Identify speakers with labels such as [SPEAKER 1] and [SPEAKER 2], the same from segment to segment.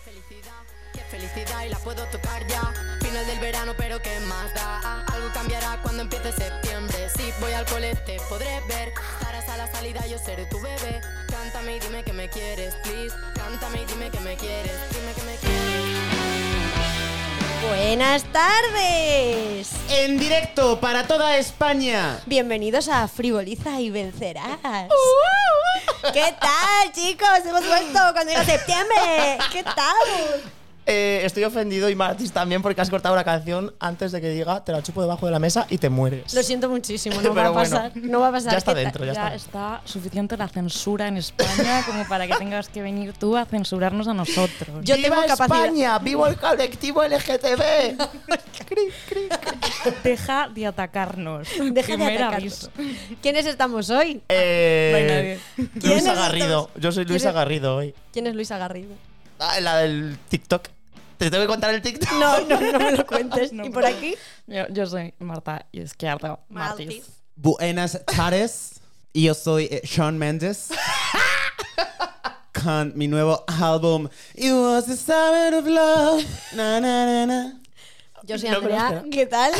[SPEAKER 1] felicidad, qué felicidad y la puedo tocar ya. Final del verano, pero qué más da. Algo cambiará cuando empiece septiembre. Si voy al cole te podré ver. Estarás a la salida, yo seré tu bebé. Cántame y dime que me quieres, please. Cántame y dime que me quieres, dime que me quieres.
[SPEAKER 2] Buenas tardes.
[SPEAKER 3] En directo para toda España.
[SPEAKER 2] Bienvenidos a Frivoliza y Vencerás. Uh. ¿Qué tal, chicos? Hemos vuelto cuando llega septiembre. ¿Qué tal?
[SPEAKER 3] Eh, estoy ofendido y Martis también porque has cortado la canción antes de que diga te la chupo debajo de la mesa y te mueres.
[SPEAKER 2] Lo siento muchísimo, no va a pasar.
[SPEAKER 3] bueno,
[SPEAKER 2] no va a pasar.
[SPEAKER 3] Ya está dentro, Pues ya,
[SPEAKER 4] Ya
[SPEAKER 3] está.
[SPEAKER 4] está suficiente la censura en España como para que tengas que venir tú a censurarnos a nosotros.
[SPEAKER 2] Yo
[SPEAKER 3] ¡Viva
[SPEAKER 2] tengo capacidad-
[SPEAKER 3] España! ¡Viva el colectivo LGTB! Cri, cri, cri.
[SPEAKER 4] Deja de atacarnos.
[SPEAKER 2] Deja de
[SPEAKER 4] Primer
[SPEAKER 2] atacarnos.
[SPEAKER 4] aviso.
[SPEAKER 2] ¿Quiénes estamos hoy?
[SPEAKER 3] Eh,
[SPEAKER 4] No hay nadie.
[SPEAKER 2] ¿Quiénes
[SPEAKER 3] Luisa Garrido.
[SPEAKER 2] estamos?
[SPEAKER 3] Yo soy Luisa
[SPEAKER 2] ¿Quiénes?
[SPEAKER 3] Garrido hoy.
[SPEAKER 2] ¿Quién es Luisa Garrido?
[SPEAKER 3] Ah, la del TikTok. ¿Te tengo que contar el TikTok?
[SPEAKER 2] No, no, no me lo cuentes.
[SPEAKER 4] No.
[SPEAKER 2] ¿Y por aquí?
[SPEAKER 4] Yo, yo soy Marta Izquierdo Martí.
[SPEAKER 5] Buenas tardes. Y Yo soy eh, Shawn Mendes. con mi nuevo álbum It Was the Summer of Love. Na, na, na, na.
[SPEAKER 2] Yo soy
[SPEAKER 3] No me lo
[SPEAKER 2] Andrea.
[SPEAKER 3] espero.
[SPEAKER 2] ¿Qué tal?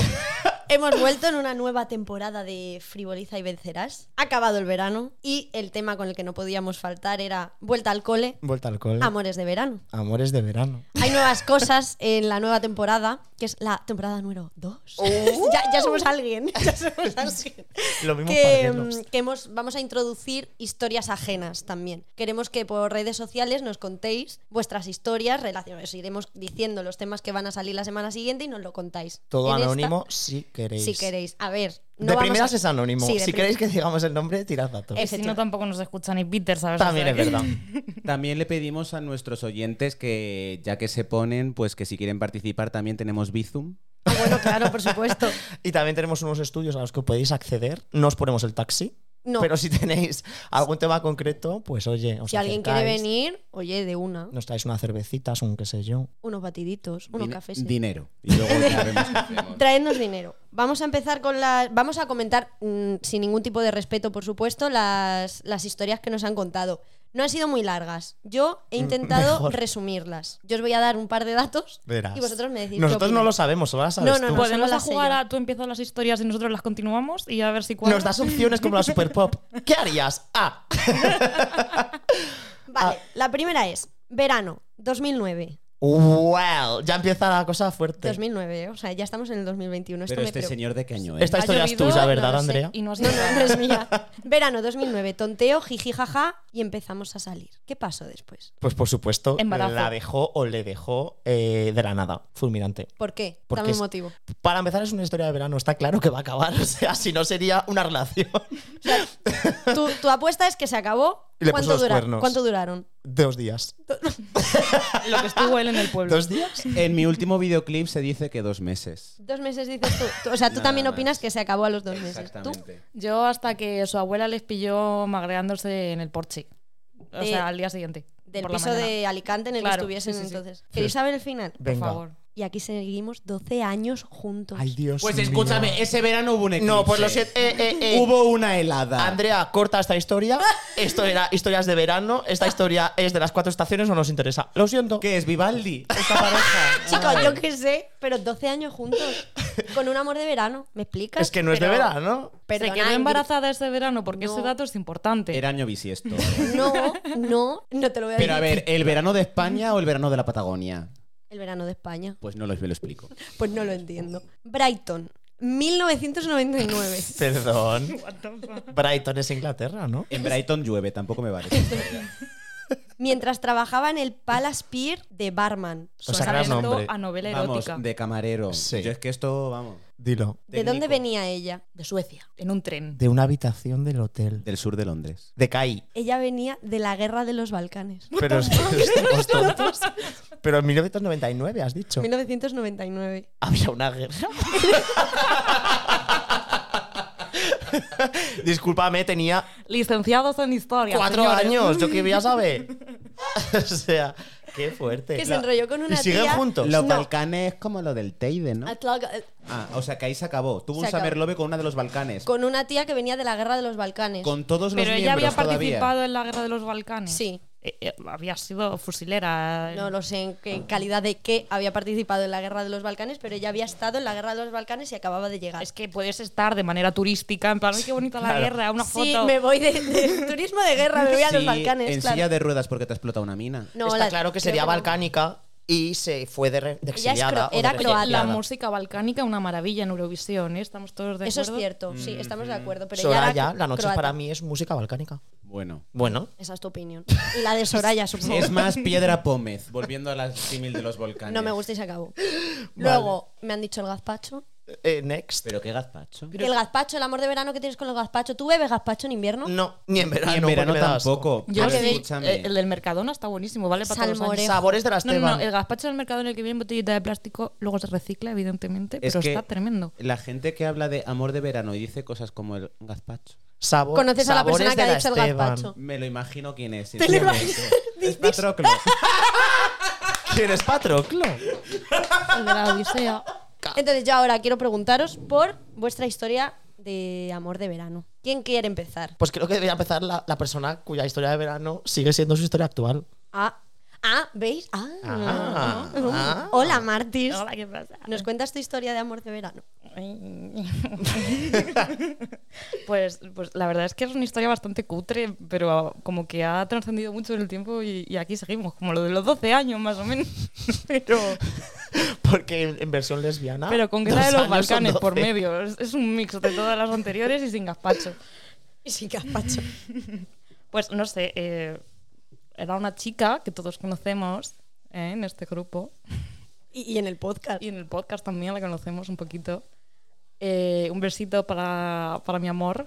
[SPEAKER 2] Hemos vuelto en una nueva temporada de Frivoliza y Vencerás. Ha acabado el verano y el tema con el que no podíamos faltar era vuelta al cole,
[SPEAKER 3] Vuelta al cole.
[SPEAKER 2] amores de verano.
[SPEAKER 3] Amores de verano.
[SPEAKER 2] Hay nuevas cosas en la nueva temporada, que es la temporada número 2. ya, ya somos alguien. Oh. Ya somos alguien.
[SPEAKER 3] Lo mismo
[SPEAKER 2] que,
[SPEAKER 3] para Deadlocks.
[SPEAKER 2] mm, que hemos, vamos a introducir historias ajenas también. Queremos que por redes sociales nos contéis vuestras historias, relaciones. Iremos diciendo los temas que van a salir la semana siguiente y nos lo contáis.
[SPEAKER 3] Todo
[SPEAKER 2] En esta-
[SPEAKER 3] anónimo si queréis.
[SPEAKER 2] si queréis. A ver. no
[SPEAKER 3] de
[SPEAKER 2] vamos
[SPEAKER 3] primeras
[SPEAKER 2] a-
[SPEAKER 3] es anónimo.
[SPEAKER 2] Sí, de Eh,
[SPEAKER 3] si
[SPEAKER 2] prim-
[SPEAKER 3] queréis que digamos el nombre, tirad datos.
[SPEAKER 2] Es-
[SPEAKER 4] Si no, tampoco nos escucha ni Peter, ¿sabes?
[SPEAKER 3] También
[SPEAKER 4] O
[SPEAKER 3] es
[SPEAKER 4] sea que-
[SPEAKER 3] verdad.
[SPEAKER 5] También le pedimos a nuestros oyentes que, ya que se ponen, pues que si quieren participar también tenemos Bizum.
[SPEAKER 2] Ah, bueno, claro, por supuesto.
[SPEAKER 3] Y también tenemos unos estudios a los que podéis acceder. No os ponemos el taxi.
[SPEAKER 2] No.
[SPEAKER 3] Pero si tenéis algún tema concreto, pues oye, os
[SPEAKER 2] si alguien quiere
[SPEAKER 3] acercáis,
[SPEAKER 2] venir, oye, de una.
[SPEAKER 3] Nos traéis unas cervecitas, un qué sé yo.
[SPEAKER 2] Unos batiditos, unos
[SPEAKER 5] Din-
[SPEAKER 2] cafés.
[SPEAKER 5] Dinero. Y luego ya vemos qué hacemos.
[SPEAKER 2] Traednos dinero. Vamos a empezar con las. Vamos a comentar, mm, sin ningún tipo de respeto, por supuesto, las, las historias que nos han contado. No han sido muy largas. Yo he intentado
[SPEAKER 3] Mm, mejor.
[SPEAKER 2] resumirlas. Yo os voy a dar un par de datos
[SPEAKER 3] Verás.
[SPEAKER 2] y vosotros me decís. qué
[SPEAKER 3] Nosotros no lo
[SPEAKER 2] opináis.
[SPEAKER 3] sabemos, solo las sabes
[SPEAKER 2] No, no,
[SPEAKER 3] tú.
[SPEAKER 2] no.
[SPEAKER 4] Podemos
[SPEAKER 2] solo
[SPEAKER 4] a
[SPEAKER 2] la sé
[SPEAKER 4] jugar
[SPEAKER 2] yo.
[SPEAKER 4] a tú empiezas las historias y nosotros las continuamos y a ver si cuál.
[SPEAKER 3] Nos das opciones como la Super Pop. ¿Qué harías? Ah,
[SPEAKER 2] Vale, la primera es verano 2009.
[SPEAKER 3] wow. Ya empieza la cosa fuerte.
[SPEAKER 2] 2009, o sea, ya estamos en el 2021. Esto
[SPEAKER 5] Pero
[SPEAKER 2] me
[SPEAKER 5] este
[SPEAKER 2] preocupa.
[SPEAKER 5] señor de qué año es.
[SPEAKER 3] Esta
[SPEAKER 4] Ha
[SPEAKER 3] historia es
[SPEAKER 4] llovido,
[SPEAKER 3] tuya,
[SPEAKER 4] no
[SPEAKER 3] ¿verdad,
[SPEAKER 4] lo sé,
[SPEAKER 3] Andrea?
[SPEAKER 4] Y no has
[SPEAKER 2] No, no, no es mía. Verano 2009, tonteo, jiji, jaja, y empezamos a salir. ¿Qué pasó después?
[SPEAKER 3] Pues por supuesto,
[SPEAKER 4] Embarazo.
[SPEAKER 3] la dejó o le dejó eh, de la nada, fulminante.
[SPEAKER 2] ¿Por qué?
[SPEAKER 3] Porque
[SPEAKER 2] Dame
[SPEAKER 3] es-
[SPEAKER 2] un motivo.
[SPEAKER 3] Para empezar, es una historia de verano, está claro que va a acabar, o sea, si no sería una relación.
[SPEAKER 2] Tu, tu apuesta es que se acabó.
[SPEAKER 3] Y le puso
[SPEAKER 2] ¿Cuánto,
[SPEAKER 3] los
[SPEAKER 2] dura-
[SPEAKER 3] cuernos.
[SPEAKER 2] ¿Cuánto duraron?
[SPEAKER 3] Dos días.
[SPEAKER 4] lo que estuvo él en el pueblo.
[SPEAKER 3] ¿Dos días?
[SPEAKER 5] En mi último videoclip se dice que dos meses.
[SPEAKER 2] Dos meses dices tú. Tú- O sea, tú
[SPEAKER 5] Nada
[SPEAKER 2] también
[SPEAKER 5] más.
[SPEAKER 2] opinas que se acabó a los dos meses. Tú,
[SPEAKER 5] Exactamente.
[SPEAKER 4] Yo hasta que su abuela les pilló magreándose en el porche. O
[SPEAKER 2] De-
[SPEAKER 4] sea, al día siguiente.
[SPEAKER 2] del
[SPEAKER 4] por la
[SPEAKER 2] piso
[SPEAKER 4] mañana.
[SPEAKER 2] de Alicante en el que
[SPEAKER 4] Claro,
[SPEAKER 2] estuviesen
[SPEAKER 4] sí, sí, sí.
[SPEAKER 2] entonces. ¿Queréis saber el final?
[SPEAKER 4] Por
[SPEAKER 3] Venga.
[SPEAKER 4] favor.
[SPEAKER 2] Y aquí seguimos 12 años juntos.
[SPEAKER 3] Ay, Dios.
[SPEAKER 5] Pues
[SPEAKER 3] mío.
[SPEAKER 5] escúchame, ese verano hubo un eclipse.
[SPEAKER 3] No, pues lo siento. Eh, eh, eh.
[SPEAKER 5] Hubo una helada.
[SPEAKER 3] Andrea, corta esta historia. Esto era historias de verano. Esta historia es de las cuatro estaciones, no nos interesa. Lo siento.
[SPEAKER 5] ¿Qué es Vivaldi? Esta pareja. Ah,
[SPEAKER 2] Chicos, yo qué sé, pero 12 años juntos. Con un amor de verano. ¿Me explicas?
[SPEAKER 3] Es que no es de
[SPEAKER 2] Pero-
[SPEAKER 3] verano.
[SPEAKER 2] Perdona,
[SPEAKER 4] se quedó
[SPEAKER 2] Ingrid.
[SPEAKER 4] embarazada ese verano porque
[SPEAKER 2] No.
[SPEAKER 4] ese dato es importante.
[SPEAKER 5] Era año bisiesto.
[SPEAKER 2] No, no, no te lo voy a decir.
[SPEAKER 5] Pero a ver, ¿el verano de España o el verano de la Patagonia?
[SPEAKER 2] El verano de España.
[SPEAKER 5] Pues no los- me lo explico.
[SPEAKER 2] Pues no lo entiendo. Brighton, 1999.
[SPEAKER 3] Perdón. Brighton es Inglaterra, ¿no?
[SPEAKER 5] En Brighton llueve, tampoco me vale.
[SPEAKER 2] mientras trabajaba en el Palace Pier de Barman.
[SPEAKER 3] O sea,
[SPEAKER 4] Suena
[SPEAKER 3] gran
[SPEAKER 4] esto
[SPEAKER 3] nombre.
[SPEAKER 4] a novela
[SPEAKER 5] pues Vamos,
[SPEAKER 4] erótica.
[SPEAKER 5] de camarero.
[SPEAKER 3] Sí.
[SPEAKER 5] Yo es que esto, vamos.
[SPEAKER 3] Dilo.
[SPEAKER 2] ¿De dónde
[SPEAKER 5] técnico.
[SPEAKER 2] venía ella? De Suecia.
[SPEAKER 4] En un tren.
[SPEAKER 3] De una habitación del hotel.
[SPEAKER 5] Del sur de Londres.
[SPEAKER 3] De CAI.
[SPEAKER 2] Ella venía de la guerra de los Balcanes.
[SPEAKER 3] Pero, estamos tontos. Pero en 1999 has dicho.
[SPEAKER 2] 1999.
[SPEAKER 3] Había una guerra. Discúlpame, tenía
[SPEAKER 4] Licenciados en historia.
[SPEAKER 3] cuatro
[SPEAKER 2] ¿eh?
[SPEAKER 4] señores.
[SPEAKER 3] años. Yo quería saber. o sea, qué fuerte.
[SPEAKER 2] Que se enrolló con una
[SPEAKER 3] ¿Y siguen
[SPEAKER 2] tía.
[SPEAKER 3] juntos?
[SPEAKER 5] Los
[SPEAKER 2] No.
[SPEAKER 5] Balcanes es como lo del Teide, ¿no?
[SPEAKER 2] Atla-
[SPEAKER 5] Ah, o sea que ahí se acabó. Tuvo
[SPEAKER 2] Se
[SPEAKER 5] un
[SPEAKER 2] acabó.
[SPEAKER 5] saber love con una de los Balcanes. Con,
[SPEAKER 2] Con una tía que venía de la guerla de los Balcanes.
[SPEAKER 5] todos los
[SPEAKER 4] Pero ella
[SPEAKER 5] miembros
[SPEAKER 4] había participado
[SPEAKER 5] todavía.
[SPEAKER 4] en la guerra de los Balcanes.
[SPEAKER 2] Sí.
[SPEAKER 4] eh, eh, había sido fusilera.
[SPEAKER 2] No lo sé en, qué- en calidad de qué había participado en la guerra de los Balcanes, pero ella había estado en la guerra de los Balcanes y acababa de llegar.
[SPEAKER 4] Es que puedes estar de manera turística, en plan, ¡ay, qué bonita la
[SPEAKER 3] Claro.
[SPEAKER 4] guerra! Una
[SPEAKER 2] sí,
[SPEAKER 4] foto.
[SPEAKER 2] me voy de, de turismo de guerra, me voy a los
[SPEAKER 5] Sí,
[SPEAKER 2] Balcanes.
[SPEAKER 5] En
[SPEAKER 2] claro.
[SPEAKER 5] silla de ruedas porque te ha explotado una mina.
[SPEAKER 2] No,
[SPEAKER 3] Está
[SPEAKER 2] la-
[SPEAKER 3] claro que
[SPEAKER 2] creo
[SPEAKER 3] sería
[SPEAKER 2] no.
[SPEAKER 3] balcánica y se fue de, re- de
[SPEAKER 2] Ella es
[SPEAKER 3] exiliada.
[SPEAKER 2] cro-
[SPEAKER 3] o de
[SPEAKER 2] era croata.
[SPEAKER 4] Eh, La
[SPEAKER 3] refugiada.
[SPEAKER 4] música balcánica, una maravilla en Eurovisión, ¿eh? Estamos todos de
[SPEAKER 2] Eso es
[SPEAKER 4] acuerdo.
[SPEAKER 2] cierto, sí, estamos de acuerdo. Pero ella era
[SPEAKER 3] Soraya,
[SPEAKER 2] cro-
[SPEAKER 3] la noche
[SPEAKER 2] croata.
[SPEAKER 3] para mí es música balcánica.
[SPEAKER 5] Bueno.
[SPEAKER 3] Bueno,
[SPEAKER 2] Esa es tu opinión. Y la de Soraya, supongo.
[SPEAKER 5] Es más Piedra Pómez, volviendo a la símil de los volcanes.
[SPEAKER 2] No me gusta y se acabó. Luego, me han dicho el gazpacho.
[SPEAKER 3] eh, next.
[SPEAKER 5] Pero qué gazpacho.
[SPEAKER 2] Que el gazpacho, el amor de verano que tienes con el gazpacho. ¿Tú bebes gazpacho en invierno?
[SPEAKER 3] No, ni en verano.
[SPEAKER 5] y en verano
[SPEAKER 3] porque me da asco.
[SPEAKER 5] tampoco.
[SPEAKER 4] Yo
[SPEAKER 5] pero
[SPEAKER 4] el, del-
[SPEAKER 5] escúchame.
[SPEAKER 4] el- el del Mercadona está buenísimo, ¿vale? Para todos los
[SPEAKER 2] Salmorejo.
[SPEAKER 4] años.
[SPEAKER 3] Sabores de las
[SPEAKER 4] No, no,
[SPEAKER 3] Teban.
[SPEAKER 4] no, el gazpacho del mercado en el que viene en botellita de plástico, luego se recicla, evidentemente,
[SPEAKER 5] Es
[SPEAKER 4] pero
[SPEAKER 5] que
[SPEAKER 4] está tremendo.
[SPEAKER 5] La gente que habla de amor de verano y dice cosas como el gazpacho.
[SPEAKER 3] Sabor-
[SPEAKER 2] ¿Conoces a la
[SPEAKER 3] sabores
[SPEAKER 2] persona que
[SPEAKER 3] de
[SPEAKER 2] ha
[SPEAKER 3] la
[SPEAKER 2] dicho el
[SPEAKER 3] Esteban.
[SPEAKER 2] gazpacho?
[SPEAKER 5] Me lo imagino quién es.
[SPEAKER 2] lo
[SPEAKER 5] sinceramente. Es Patroclo.
[SPEAKER 3] ¿Quién es Patroclo?
[SPEAKER 4] El de la Odisea.
[SPEAKER 2] Entonces yo ahora quiero preguntaros por vuestra historia de amor de verano. ¿Quién quiere empezar?
[SPEAKER 3] Pues creo que debería empezar la, la persona cuya historia de verano sigue siendo su historia actual.
[SPEAKER 2] Ah, ah ¿veis? Ah.
[SPEAKER 3] Ah,
[SPEAKER 2] Mm.
[SPEAKER 3] ah.
[SPEAKER 2] Hola, Martis.
[SPEAKER 4] Hola, ¿qué pasa?
[SPEAKER 2] ¿Nos cuentas tu historia de amor de verano?
[SPEAKER 4] pues, pues la verdad es que es una historia bastante cutre, pero como que ha trascendido mucho en el tiempo y, y aquí seguimos, como lo de los 12 años más o menos. pero,
[SPEAKER 3] Porque en, en versión lesbiana.
[SPEAKER 4] pero con guerra
[SPEAKER 3] Ah, dos
[SPEAKER 4] de los
[SPEAKER 3] años son
[SPEAKER 4] Balcanes por
[SPEAKER 3] 12.
[SPEAKER 4] medio. Es, es un mix de todas las anteriores y sin gazpacho.
[SPEAKER 2] Sí, gazpacho.
[SPEAKER 4] Pues no sé, eh, era una chica que todos conocemos ¿eh? en este grupo.
[SPEAKER 2] Y, y en el podcast.
[SPEAKER 4] y en el podcast también la conocemos un poquito. Eh, un besito para, para mi amor.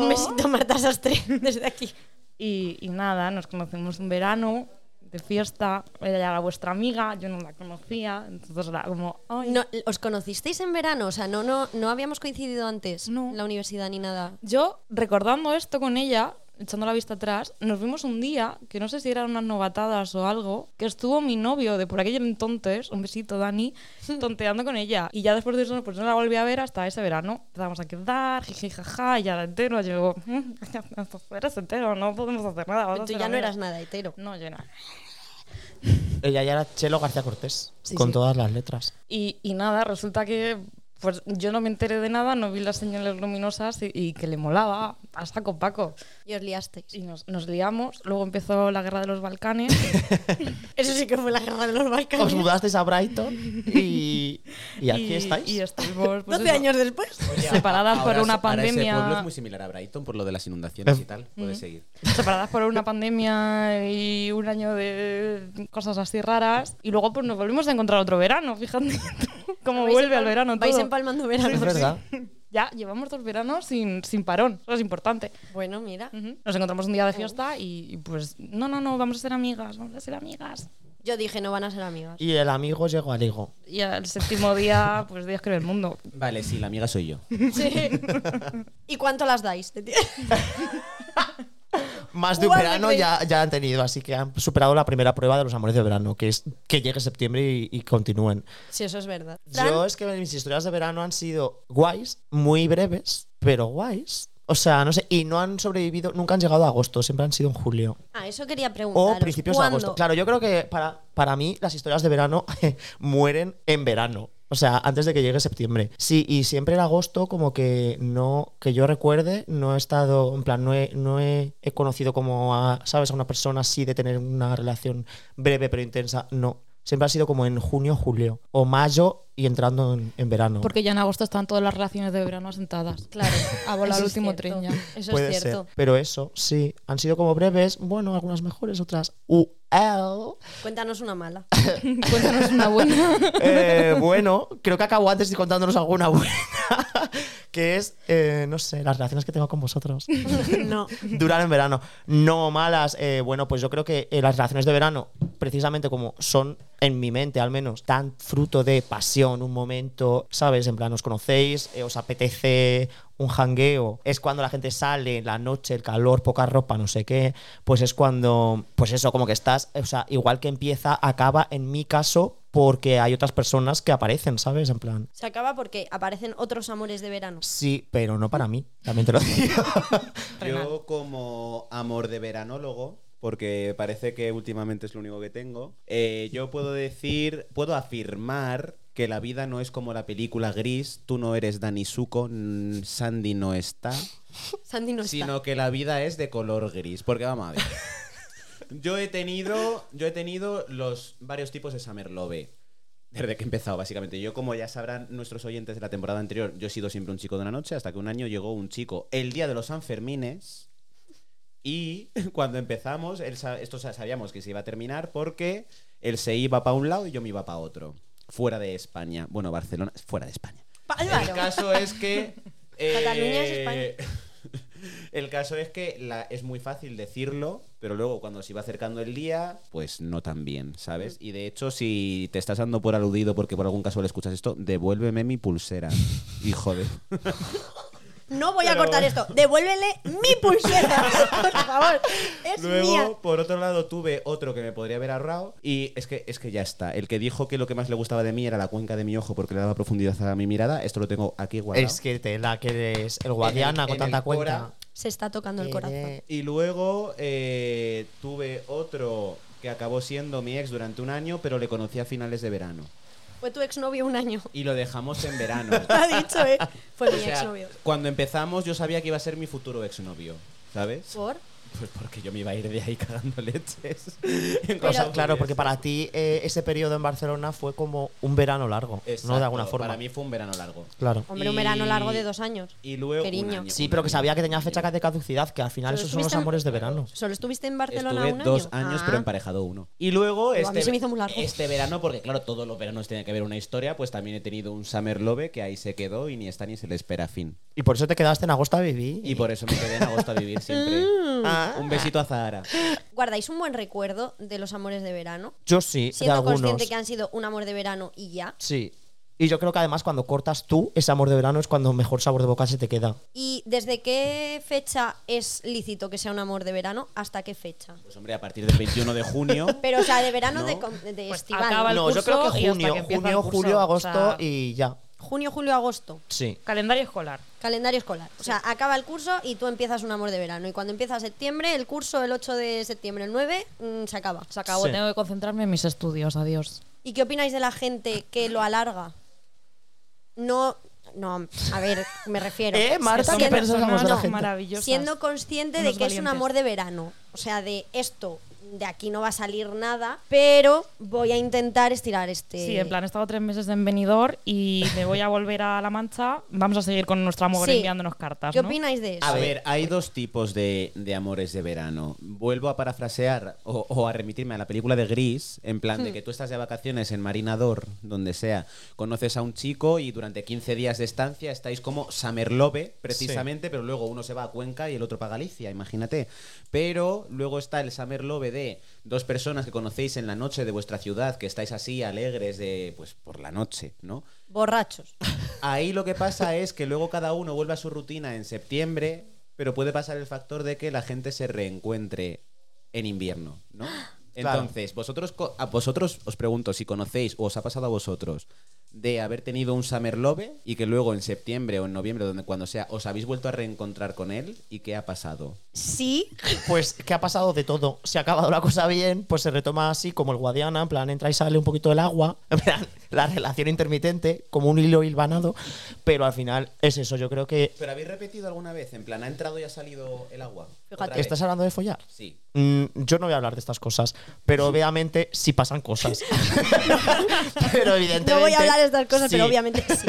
[SPEAKER 2] Un besito, Marta Sastre, desde aquí.
[SPEAKER 4] Y, y nada, nos conocimos un verano de fiesta. Ella era vuestra amiga, yo no la conocía. Entonces era como, ay,
[SPEAKER 2] No, ¿Os conocisteis en verano? O sea, no, no, no habíamos coincidido antes
[SPEAKER 4] No.
[SPEAKER 2] en la universidad ni nada.
[SPEAKER 4] Yo, recordando esto con ella, echando la vista atrás, nos vimos un día, que no sé si eran unas novatadas o algo, que estuvo mi novio de por aquel entonces, un besito Dani, tonteando con ella. Y ya después de eso, pues no la volví a ver hasta ese verano. Empezamos a quedar, jiji, jaja, y ya era entero, "Mm, llegó, eres entero, no podemos hacer nada. vas a
[SPEAKER 2] Pero tú
[SPEAKER 4] ser
[SPEAKER 2] ya no
[SPEAKER 4] amiga".
[SPEAKER 2] eras nada hetero.
[SPEAKER 4] No, yo no.
[SPEAKER 3] Ella ya era Chelo García Cortés.
[SPEAKER 4] Sí,
[SPEAKER 3] con
[SPEAKER 4] sí.
[SPEAKER 3] todas las letras.
[SPEAKER 4] Y, y nada, resulta que pues yo no me enteré de nada, no vi las señales luminosas y, y que le molaba a saco Paco.
[SPEAKER 2] Y os liasteis.
[SPEAKER 4] Y nos, nos liamos, luego empezó la guerra de los Balcanes.
[SPEAKER 2] Eso sí que fue la guerra de los Balcanes.
[SPEAKER 3] Os mudasteis a Brighton y. Y aquí estáis.
[SPEAKER 4] Y estuvimos pues,
[SPEAKER 2] 12
[SPEAKER 4] eso,
[SPEAKER 2] años después.
[SPEAKER 4] separadas
[SPEAKER 5] Ahora-
[SPEAKER 4] por una
[SPEAKER 5] ahora Ese pueblo es
[SPEAKER 4] pandemia. Mm.
[SPEAKER 5] muy similar a Brighton por lo de las inundaciones
[SPEAKER 3] Eh.
[SPEAKER 5] y tal. Puedes seguir.
[SPEAKER 4] Separadas por una pandemia y un año de cosas así raras. Y luego pues nos volvimos a encontrar otro verano, fíjate. Cómo
[SPEAKER 2] Vais
[SPEAKER 4] vuelve al
[SPEAKER 2] empal-
[SPEAKER 4] verano
[SPEAKER 2] Vais
[SPEAKER 4] todo.
[SPEAKER 2] empalmando
[SPEAKER 3] es
[SPEAKER 2] verano.
[SPEAKER 3] verdad.
[SPEAKER 4] Ya, llevamos dos veranos sin, sin parón. Eso es importante.
[SPEAKER 2] Bueno, mira.
[SPEAKER 4] Ujú. Oh. Nos encontramos un día de fiesta y, y, pues, no, no, no, vamos a ser amigas, vamos a ser amigas.
[SPEAKER 2] Yo dije, no van a ser amigas.
[SPEAKER 3] Y el amigo llegó al higo.
[SPEAKER 4] Y al séptimo día, pues Dios cree el mundo.
[SPEAKER 5] Vale, sí, la amiga soy yo.
[SPEAKER 2] Sí. ¿Y cuánto las dais?
[SPEAKER 3] Más de un
[SPEAKER 2] Guau,
[SPEAKER 3] verano
[SPEAKER 2] recre-
[SPEAKER 3] ya, ya han tenido, así que han superado la primera prueba de los amores de verano, que es que llegue septiembre y, y continúen.
[SPEAKER 2] Sí, eso es verdad.
[SPEAKER 3] Yo es que mis historias de verano han sido guays, muy breves, pero guays. O sea, no sé, y no han sobrevivido, nunca han llegado a agosto, siempre han sido en julio.
[SPEAKER 2] Ah, eso quería preguntar.
[SPEAKER 3] O principios de agosto. Claro, yo creo que para, para mí las historias de verano mueren en verano. O sea, antes de que llegue septiembre. Sí, y siempre en agosto, como que no, que yo recuerde, no he estado, en plan, no he, no he, he conocido como a, ¿sabes? A una persona así de tener una relación breve pero intensa. No. Siempre ha sido como en junio, julio. O mayo y entrando en, en verano.
[SPEAKER 4] Porque ya en agosto están todas las relaciones de verano asentadas.
[SPEAKER 2] Claro.
[SPEAKER 4] Ha volado
[SPEAKER 2] Eso
[SPEAKER 4] el
[SPEAKER 2] es
[SPEAKER 4] último
[SPEAKER 2] cierto.
[SPEAKER 4] tren ya.
[SPEAKER 2] Eso
[SPEAKER 3] Puede
[SPEAKER 2] es cierto.
[SPEAKER 3] ser. Pero eso, sí. Han sido como breves. Bueno, algunas mejores, otras. UL.
[SPEAKER 2] Cuéntanos una mala.
[SPEAKER 4] Cuéntanos una buena.
[SPEAKER 3] Eh, bueno, creo que acabo antes de contándonos alguna buena, que es, eh, no sé, las relaciones que tengo con vosotros.
[SPEAKER 2] no.
[SPEAKER 3] Duran en verano. No malas. eh, bueno, pues yo creo que eh, las relaciones de verano, precisamente como son, en mi mente al menos, tan fruto de pasión, un momento, ¿sabes? En plan, os conocéis, eh, os apetece un jangueo, es cuando la gente sale, la noche, el calor, poca ropa, no sé qué, pues es cuando, pues eso, como que estás, o sea, igual que empieza, acaba en mi caso porque hay otras personas que aparecen, ¿sabes? En plan,
[SPEAKER 2] Se acaba porque aparecen otros amores de verano.
[SPEAKER 3] sí, pero no para mí, también te lo digo.
[SPEAKER 5] Yo como amor de veranólogo porque parece que últimamente es lo único que tengo. Eh, yo puedo decir, puedo afirmar que la vida no es como la película gris, tú no eres Dani Suco, mm, Sandy no está,
[SPEAKER 2] Sandy no está.
[SPEAKER 5] sino que la vida es de color gris, porque vamos a ver. Yo he tenido, yo he tenido los varios tipos de Summerlove. Desde que he empezado, básicamente. Yo, como ya sabrán nuestros oyentes de la temporada anterior, yo he sido siempre un chico de una noche, hasta que un año llegó un chico el día de los Sanfermines. Y cuando empezamos, él sa- esto sa- sabíamos que se iba a terminar porque él se iba para un lado y yo me iba para otro. Fuera de España. Bueno, Barcelona, fuera de España. El
[SPEAKER 2] Álvaro.
[SPEAKER 5] caso es que. eh,
[SPEAKER 2] Cataluña es España.
[SPEAKER 5] El caso es que la- es muy fácil decirlo, pero luego cuando se va acercando el día, pues no tan bien, ¿sabes? Y de hecho, si te estás dando por aludido porque por algún caso le escuchas esto, devuélveme mi pulsera, hijo de...
[SPEAKER 2] No voy a
[SPEAKER 5] Pero-
[SPEAKER 2] cortar esto. Devuélvele mi pulsera, por favor. Es
[SPEAKER 5] Luego,
[SPEAKER 2] mía.
[SPEAKER 5] por otro lado, tuve otro que me podría haber ahorrado. Y es que, es que ya está. El que dijo que lo que más le gustaba de mí era la cuenca de mi ojo porque le daba profundidad a mi mirada. Esto lo tengo aquí guardado.
[SPEAKER 3] Es que te la que eres el
[SPEAKER 5] En
[SPEAKER 3] guadiana
[SPEAKER 5] el-
[SPEAKER 3] con
[SPEAKER 5] en
[SPEAKER 3] tanta
[SPEAKER 5] el
[SPEAKER 3] cuenta.
[SPEAKER 5] Cora.
[SPEAKER 2] Se está tocando el corazón.
[SPEAKER 3] Eres-
[SPEAKER 5] Y luego eh, tuve otro que acabó siendo mi ex durante un año, pero le conocí a finales de verano.
[SPEAKER 2] Fue tu exnovio un año.
[SPEAKER 5] Y lo dejamos en verano.
[SPEAKER 2] Ha dicho, ¿eh? Fue
[SPEAKER 5] O
[SPEAKER 2] mi
[SPEAKER 5] sea,
[SPEAKER 2] exnovio.
[SPEAKER 5] Cuando empezamos yo sabía que iba a ser mi futuro exnovio, ¿sabes?
[SPEAKER 2] ¿Por?
[SPEAKER 5] Pues porque yo me iba a ir de ahí cagando leches.
[SPEAKER 3] O sea, claro, porque para ti eh, ese periodo en Barcelona fue como un verano largo, ¿no? De alguna forma.
[SPEAKER 5] Para mí fue un verano largo.
[SPEAKER 3] Claro.
[SPEAKER 2] Hombre, un
[SPEAKER 5] Y-
[SPEAKER 2] verano largo de dos años.
[SPEAKER 5] Y luego un
[SPEAKER 2] Cariño.
[SPEAKER 5] año,
[SPEAKER 3] Sí,
[SPEAKER 5] un
[SPEAKER 3] pero que
[SPEAKER 5] año,
[SPEAKER 3] sabía que
[SPEAKER 5] un
[SPEAKER 3] tenía
[SPEAKER 5] año.
[SPEAKER 3] fecha de caducidad, que al final
[SPEAKER 2] Pero
[SPEAKER 3] esos son los
[SPEAKER 2] estuviste en-
[SPEAKER 3] amores de verano.
[SPEAKER 2] ¿Solo estuviste en Barcelona
[SPEAKER 5] Estuve
[SPEAKER 2] un año?
[SPEAKER 5] dos años,
[SPEAKER 2] Ah.
[SPEAKER 5] pero emparejado uno. Y luego,
[SPEAKER 2] Pero a mí
[SPEAKER 5] este,
[SPEAKER 2] se me hizo muy largo.
[SPEAKER 5] este verano, porque claro, todos los veranos tiene que haber una historia, pues también he tenido un Summer Love que ahí se quedó y ni está ni se le espera fin.
[SPEAKER 3] Y por eso te quedaste en agosto a vivir.
[SPEAKER 5] Y por eso me quedé en agosto a vivir siempre.
[SPEAKER 4] Ah.
[SPEAKER 2] Ah.
[SPEAKER 5] un besito a Zahara.
[SPEAKER 2] ¿Guardáis un buen recuerdo de los amores de verano?
[SPEAKER 3] Yo sí, de
[SPEAKER 2] Siendo
[SPEAKER 3] algunos.
[SPEAKER 2] consciente que han sido un amor de verano y ya.
[SPEAKER 3] Sí. Y yo creo que además cuando cortas tú ese amor de verano es cuando mejor sabor de boca se te queda.
[SPEAKER 2] ¿Y desde qué fecha es lícito que sea un amor de verano? ¿Hasta qué fecha?
[SPEAKER 5] Pues hombre, a partir del 21 de junio.
[SPEAKER 2] Pero, o sea, de verano de,
[SPEAKER 5] No.
[SPEAKER 2] con- de
[SPEAKER 4] Pues
[SPEAKER 2] estival.
[SPEAKER 4] acaba el
[SPEAKER 3] No, yo
[SPEAKER 4] curso
[SPEAKER 3] creo
[SPEAKER 4] y
[SPEAKER 3] que
[SPEAKER 4] hasta
[SPEAKER 3] junio,
[SPEAKER 4] que empieza
[SPEAKER 3] junio,
[SPEAKER 4] el curso,
[SPEAKER 3] julio,
[SPEAKER 4] o
[SPEAKER 3] agosto
[SPEAKER 4] sea-
[SPEAKER 3] y ya.
[SPEAKER 2] Junio, julio, agosto.
[SPEAKER 3] Sí.
[SPEAKER 4] Calendario escolar.
[SPEAKER 2] Calendario escolar. O sea, acaba el curso y tú empiezas un amor de verano. Y cuando empieza septiembre, el curso el 8 de septiembre, el 9, mm, se acaba.
[SPEAKER 4] Se acabó,
[SPEAKER 3] Sí.
[SPEAKER 4] tengo que concentrarme en mis estudios, adiós.
[SPEAKER 2] ¿Y qué opináis de la gente que lo alarga? No, no, a ver, me refiero.
[SPEAKER 3] Eh, Marta,
[SPEAKER 2] Siendo-
[SPEAKER 3] ¿qué piensas vamos de la
[SPEAKER 2] no,
[SPEAKER 3] gente?
[SPEAKER 4] maravillosas.
[SPEAKER 2] Siendo consciente de
[SPEAKER 4] Unos
[SPEAKER 2] que es un
[SPEAKER 4] valientes.
[SPEAKER 2] amor de verano. O sea, de esto, de aquí no va a salir nada, pero voy a intentar estirar este.
[SPEAKER 4] Sí, en plan, he estado tres meses en Benidorm y me voy a volver a La Mancha. Vamos a seguir con nuestro amor
[SPEAKER 2] Sí.
[SPEAKER 4] enviándonos cartas.
[SPEAKER 2] ¿Qué
[SPEAKER 4] ¿no?
[SPEAKER 2] opináis de eso?
[SPEAKER 5] A ver, hay dos tipos de, de amores de verano. Vuelvo a parafrasear o, o a remitirme a la película de Gris, en plan
[SPEAKER 2] Hmm.
[SPEAKER 5] de que tú estás de vacaciones en Marinador, donde sea, conoces a un chico y durante 15 días de estancia estáis como Summerlove, precisamente, pero luego uno se va a Cuenca y el otro para Galicia, imagínate. Pero luego está el Summerlove de dos personas que conocéis en la noche de vuestra ciudad, que estáis así alegres de, pues, por la noche, ¿no?
[SPEAKER 2] Borrachos.
[SPEAKER 5] Ahí lo que pasa es que luego cada uno vuelve a su rutina en septiembre, pero puede pasar el factor de que la gente se reencuentre en invierno, ¿no?
[SPEAKER 3] Claro.
[SPEAKER 5] Entonces, vosotros co- a vosotros os pregunto si conocéis o os ha pasado a vosotros de haber tenido un summer love y que luego en septiembre o en noviembre, donde cuando sea, os habéis vuelto a reencontrar con él y qué ha pasado.
[SPEAKER 2] Sí,
[SPEAKER 3] Pues que ha pasado de todo. Se ha acabado la cosa bien, pues se retoma así como el Guadiana, en plan entra y sale un poquito el agua, en plan la relación intermitente, como un hilo hilvanado, pero al final es eso, yo creo que...
[SPEAKER 5] ¿Pero habéis repetido alguna vez? En plan, ¿ha entrado y ha salido el agua?
[SPEAKER 2] Fíjate.
[SPEAKER 5] ¿Otra vez?
[SPEAKER 3] ¿Estás hablando de follar?
[SPEAKER 5] Sí.
[SPEAKER 3] Mm, yo no voy a hablar de estas cosas, pero obviamente sí pasan cosas. pero evidentemente...
[SPEAKER 2] no voy a hablar de estas cosas, pero
[SPEAKER 3] sí.
[SPEAKER 2] obviamente sí.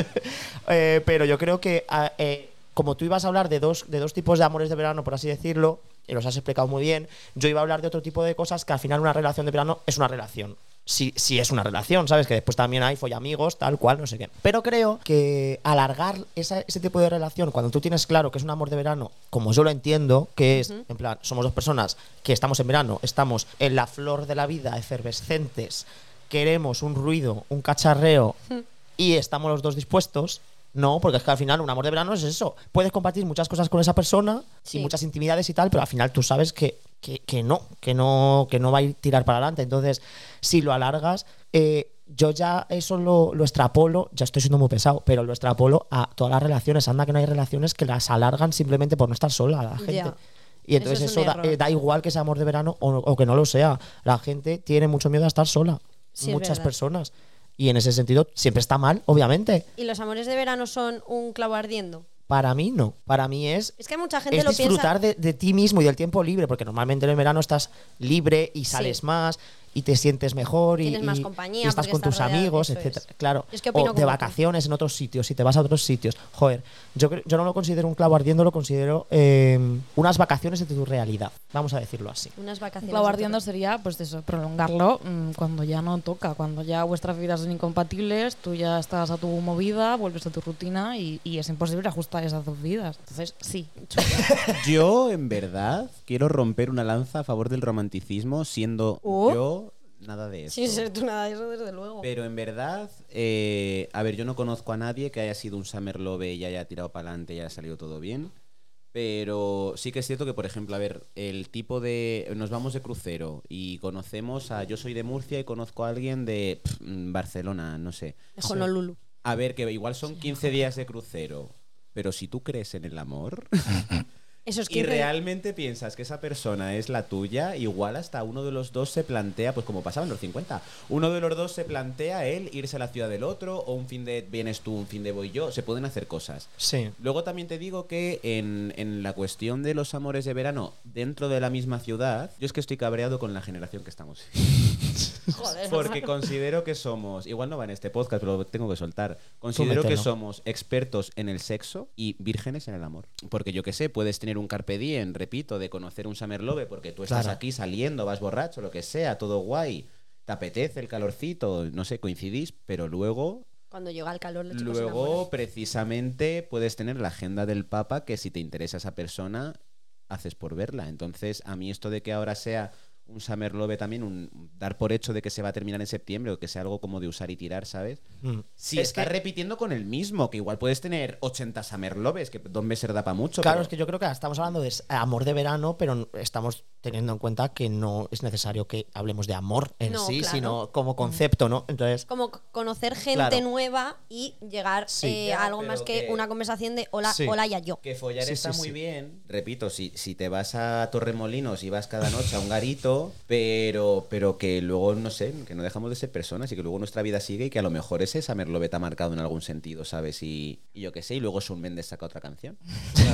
[SPEAKER 3] Eh, pero yo creo que a- eh, como tú ibas a hablar de dos, de dos tipos de amores de verano, por así decirlo, y los has explicado muy bien, yo iba a hablar de otro tipo de cosas que al final una relación de verano es una relación. Si, si es una relación, ¿sabes? Que después también hay follamigos, tal cual, no sé qué. Pero creo que alargar esa- ese tipo de relación, cuando tú tienes claro que es un amor de verano, como yo lo entiendo, que es, en plan, somos dos personas que estamos en verano, estamos en la flor de la vida, efervescentes, queremos un ruido, un cacharreo, y estamos los dos dispuestos. No, porque es que al final un amor de verano es eso. Puedes compartir muchas cosas con esa persona
[SPEAKER 2] Sí.
[SPEAKER 3] y muchas intimidades y tal, pero al final tú sabes que, que, que no, que no, que no va a ir tirar para adelante. Entonces, si lo alargas, eh, yo ya eso lo, lo extrapolo, ya estoy siendo muy pesado, pero lo extrapolo a todas las relaciones. Anda que no hay relaciones que las alargan simplemente por no estar sola la gente. Y entonces
[SPEAKER 2] es un
[SPEAKER 3] eso, da,
[SPEAKER 2] error.
[SPEAKER 3] eh, da igual que sea amor de verano o, no- o que no lo sea. La gente tiene mucho miedo a estar sola.
[SPEAKER 2] Sí, es
[SPEAKER 3] muchas
[SPEAKER 2] verdad.
[SPEAKER 3] personas. Y en ese sentido siempre está mal, obviamente.
[SPEAKER 2] ¿Y los amores de verano son un clavo ardiendo?
[SPEAKER 3] Para mí no. Para mí es
[SPEAKER 2] Es que mucha gente
[SPEAKER 3] es
[SPEAKER 2] lo
[SPEAKER 3] disfrutar
[SPEAKER 2] piensa.
[SPEAKER 3] de, de ti mismo y del tiempo libre, porque normalmente en el verano estás libre y sales más y te sientes mejor y,
[SPEAKER 2] Tienes más
[SPEAKER 3] y-
[SPEAKER 2] compañía,
[SPEAKER 3] y estás
[SPEAKER 2] porque
[SPEAKER 3] con
[SPEAKER 2] estás
[SPEAKER 3] tus
[SPEAKER 2] rodeado,
[SPEAKER 3] amigos,
[SPEAKER 2] eso
[SPEAKER 3] etcétera.
[SPEAKER 2] es.
[SPEAKER 3] Claro.
[SPEAKER 2] Es que opino
[SPEAKER 3] o
[SPEAKER 2] como
[SPEAKER 3] de
[SPEAKER 2] tú.
[SPEAKER 3] vacaciones en otros sitios, si te vas a otros sitios. Joder, yo, cre- yo no lo considero un clavo ardiendo, lo considero eh, unas vacaciones de tu realidad, vamos a decirlo así.
[SPEAKER 2] Unas
[SPEAKER 4] Un
[SPEAKER 2] vacaciones.
[SPEAKER 4] clavo ardiendo sería, pues eso, prolongarlo mm, cuando ya no toca, cuando ya vuestras vidas son incompatibles, tú ya estás a tu movida, vuelves a tu rutina y, y es imposible ajustar esas dos vidas. Entonces, sí.
[SPEAKER 5] Yo, en verdad, quiero romper una lanza a favor del romanticismo, siendo
[SPEAKER 2] Oh.
[SPEAKER 5] yo nada de eso.
[SPEAKER 2] Sin ser tú nada de eso, desde luego.
[SPEAKER 5] Pero en verdad, eh, a ver, yo no conozco a nadie que haya sido un Summer Love y haya tirado para adelante y haya salido todo bien. Pero sí que es cierto que, por ejemplo, a ver, el tipo de. Nos vamos de crucero y conocemos a. Yo soy de Murcia y conozco a alguien de pff, mm, Barcelona, no sé.
[SPEAKER 2] De Honolulu.
[SPEAKER 5] A ver, que igual son 15 días de crucero. Pero si tú crees en el amor
[SPEAKER 2] Eso es
[SPEAKER 5] y
[SPEAKER 2] 15
[SPEAKER 5] realmente piensas que esa persona es la tuya, igual hasta uno de los dos se plantea, pues como pasaban los 50, uno de los dos se plantea él irse a la ciudad del otro o un fin de vienes tú, un fin de voy yo, se pueden hacer cosas.
[SPEAKER 3] Sí.
[SPEAKER 5] Luego también te digo que en, en la cuestión de los amores de verano dentro de la misma ciudad, yo es que estoy cabreado con la generación que estamos.
[SPEAKER 2] Joder.
[SPEAKER 5] Porque considero que somos, igual no va en este podcast, pero lo tengo que soltar. Considero
[SPEAKER 3] Tú mételo.
[SPEAKER 5] que somos expertos en el sexo y vírgenes en el amor. Porque yo que sé, puedes tener un carpe diem, repito, de conocer un summer love porque tú estás
[SPEAKER 3] Claro.
[SPEAKER 5] aquí saliendo, vas borracho, lo que sea, todo guay. Te apetece el calorcito, no sé, coincidís, pero luego
[SPEAKER 2] Cuando llega el calor, los chicos se
[SPEAKER 5] Luego,
[SPEAKER 2] enamoran.
[SPEAKER 5] precisamente, puedes tener la agenda del Papa que si te interesa esa persona, haces por verla. Entonces, a mí esto de que ahora sea un Summer Love también, un dar por hecho de que se va a terminar en septiembre o que sea algo como de usar y tirar, ¿sabes?
[SPEAKER 3] Mm.
[SPEAKER 5] Si estás repitiendo con el mismo, que igual puedes tener 80 Summer Loves, que dos meses da para mucho.
[SPEAKER 3] Claro,
[SPEAKER 5] pero-
[SPEAKER 3] es que yo creo que estamos hablando de s- eh, amor de verano, pero n- estamos teniendo en cuenta que no es necesario que hablemos de amor en
[SPEAKER 2] No,
[SPEAKER 3] sí,
[SPEAKER 2] claro.
[SPEAKER 3] sino
[SPEAKER 4] Mm.
[SPEAKER 3] como concepto, ¿no? Entonces,
[SPEAKER 2] Es como c- conocer gente
[SPEAKER 3] Claro.
[SPEAKER 2] nueva y llegar
[SPEAKER 3] Sí.
[SPEAKER 2] eh,
[SPEAKER 5] Ya,
[SPEAKER 2] a algo
[SPEAKER 5] pero
[SPEAKER 2] más que,
[SPEAKER 5] que-
[SPEAKER 2] una conversación de hola,
[SPEAKER 3] Sí.
[SPEAKER 2] hola ya yo.
[SPEAKER 5] Que follar
[SPEAKER 3] Sí,
[SPEAKER 5] está
[SPEAKER 3] sí,
[SPEAKER 5] muy
[SPEAKER 3] sí.
[SPEAKER 5] bien. Repito, si, si te vas a Torremolinos y vas cada noche a un garito, pero, pero que luego, no sé, que no dejamos de ser personas y que luego nuestra vida sigue y que a lo mejor ese Summer Love te ha marcado en algún sentido, ¿sabes? Y, y yo qué sé, y luego Sun Mendes saca otra canción.